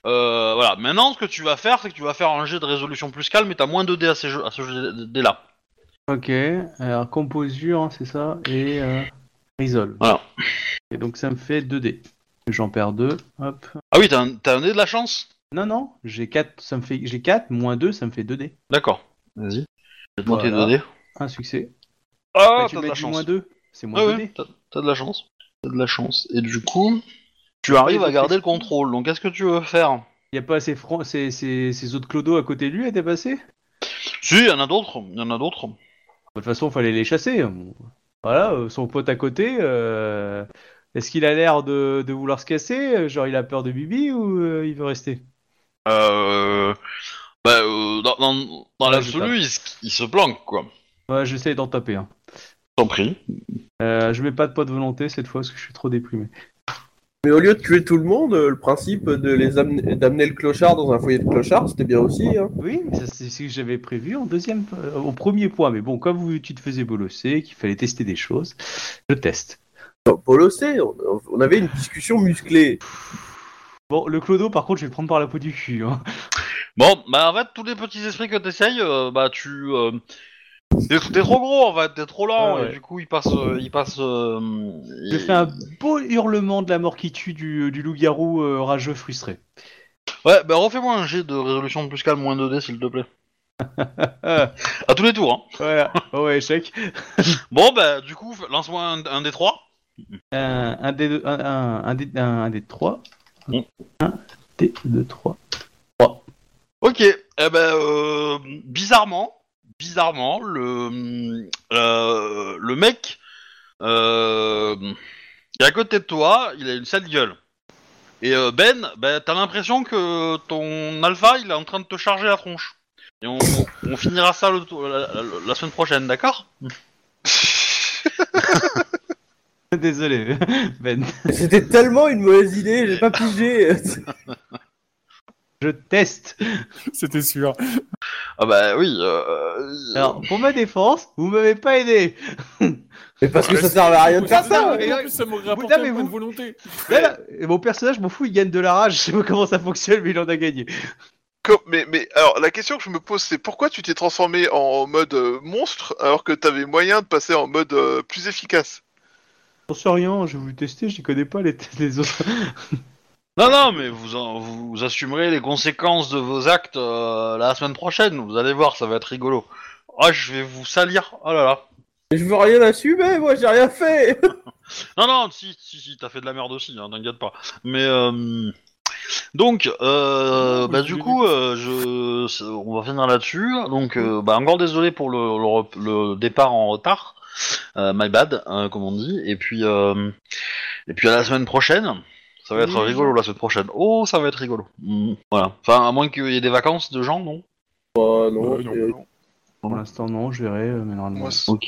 S1: euh, voilà, maintenant ce que tu vas faire, c'est que tu vas faire un jet de résolution plus calme et t'as moins de dés à, ces jeux- à ce jet là.
S3: Ok, alors composure, hein, c'est ça, et euh, resolve.
S1: Voilà.
S3: Et donc ça me fait 2D. J'en perds 2, hop.
S1: Ah oui, t'as un, t'as un dé de la chance
S3: Non, non, j'ai 4, ça me fait, j'ai 4, moins 2, ça me fait 2D.
S1: D'accord, vas-y. Je vais te monter
S3: Voilà.
S1: deux dés.
S3: Un succès.
S1: Ah,
S3: Bah, tu
S1: t'as de
S3: m'as
S1: la
S3: dit
S1: chance. Ah
S3: moins 2, c'est moins
S1: Ouais,
S3: 2D.
S1: ouais, t'as t'as de la chance. T'as de la chance. Et du coup, tu arrives à garder le contrôle. Donc, Ah, qu'est-ce que tu veux faire
S3: Il a pas ces, fran- ces, ces, ces autres clodos à côté de lui à dépasser De
S1: Si, il y en a d'autres. Il y en a d'autres.
S3: toute façon, fallait les chasser. hein. Bon, Voilà, euh, son pote à côté, euh, est-ce qu'il a l'air de, de vouloir se casser Genre il a peur de Bibi ou euh, il veut rester
S1: Euh, bah, euh, dans dans- dans
S3: Ouais,
S1: l'absolu, ils se- ils se planquent, quoi.
S3: Ouais, j'essaie d'en taper. Hein.
S1: T'en prie.
S3: Euh, je mets pas de poids de volonté cette fois parce que je suis trop déprimé.
S8: Mais au lieu de tuer tout le monde, euh, le principe de les amener, d'amener le clochard dans un foyer de clochard, c'était bien aussi. Hein.
S3: Oui, mais ça, c'est ce que j'avais prévu en deuxième, euh, au premier point. Mais bon, comme vous, tu te faisais bolosser, qu'il fallait tester des choses, je teste.
S8: Non, Paul le sait, on, on avait une discussion musclée.
S3: Bon, le clodo, par contre, je vais le prendre par la peau du cul. hein.
S1: Bon, bah, en fait, tous les petits esprits que t'essayes, euh, bah, tu. euh, T'es t'es trop gros en fait, t'es trop lent,
S3: Ah ouais.
S1: et du coup il passe. euh, il passe euh,
S3: Je
S1: il-
S3: fais un beau hurlement de la mort qui tue du, du loup-garou euh, rageux frustré.
S1: Ouais, bah refais-moi un jet de résolution plus calme, moins 2D s'il te plaît. à tous les tours, hein.
S3: Euh, Voilà, oh ouais, échec.
S1: Bon, bah, du coup, lance-moi un, un des trois.
S3: Un, un D2, un, un, un D- un- un D3.
S1: Bon.
S3: Un D2, 3.
S1: Ok, eh ben, euh, bizarrement, bizarrement, le, euh, le mec euh, qui est à côté de toi, il a une sale gueule. Et euh, Ben, ben, t'as l'impression que ton alpha, il est en train de te charger la tronche. Et on, on finira ça le- la- la- la semaine prochaine, d'accord
S3: Désolé, Ben.
S8: C'était tellement une mauvaise idée, j'ai pas pigé.
S3: Je teste.
S6: C'était sûr.
S1: Ah bah oui. euh,
S3: Alors, pour ma défense, vous m'avez pas aidé.
S8: Mais parce que ça servait à rien de faire ça.
S3: ouais.
S6: Et en plus, ça m'aurait apporté
S3: Non, mais
S6: un point
S3: vous-
S6: de volonté.
S3: Là, là, mon personnage, je m'en fous, il gagne de la rage. Je sais pas comment ça fonctionne, mais il en a gagné.
S4: Com- Mais, mais alors, la question que je me pose, c'est pourquoi tu t'es transformé en mode euh, monstre alors que t'avais moyen de passer en mode euh, plus efficace
S3: J'en sais rien, je vais vous tester, je connais pas les tests des autres.
S1: Non, non, mais vous, en- vous assumerez les conséquences de vos actes euh, la semaine prochaine. Vous allez voir, ça va être rigolo. Ah, je vais vous salir. Oh là là.
S8: Je veux rien assumer, moi j'ai rien fait.
S1: Non, non, si, si, si, t'as fait de la merde aussi, hein, t'inquiète pas. Mais euh, donc, euh, bah, du coup, euh, je, c'est- on va finir là-dessus. Donc, euh, bah, encore désolé pour le, le rep- le départ en retard. Euh, my bad, hein, comme on dit. Et puis, euh, et puis à la semaine prochaine. Ça va être
S6: Oui.
S1: rigolo la semaine prochaine. Oh, ça va être rigolo. Mm, voilà. Enfin, à moins qu'il y ait des vacances de gens, non
S8: Oh non,
S6: Euh, non.
S8: euh,
S3: Pour l'instant, non, je verrai, euh, mais normalement.
S4: Moi, c'est-
S1: Ok.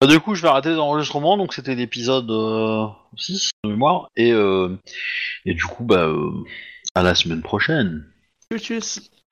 S1: Bah, du coup, je vais arrêter les enregistrements. Donc, c'était l'épisode euh, 6 de mémoire. Et, euh, et du coup, bah, euh, à la semaine prochaine.
S3: Tchuss, tchuss.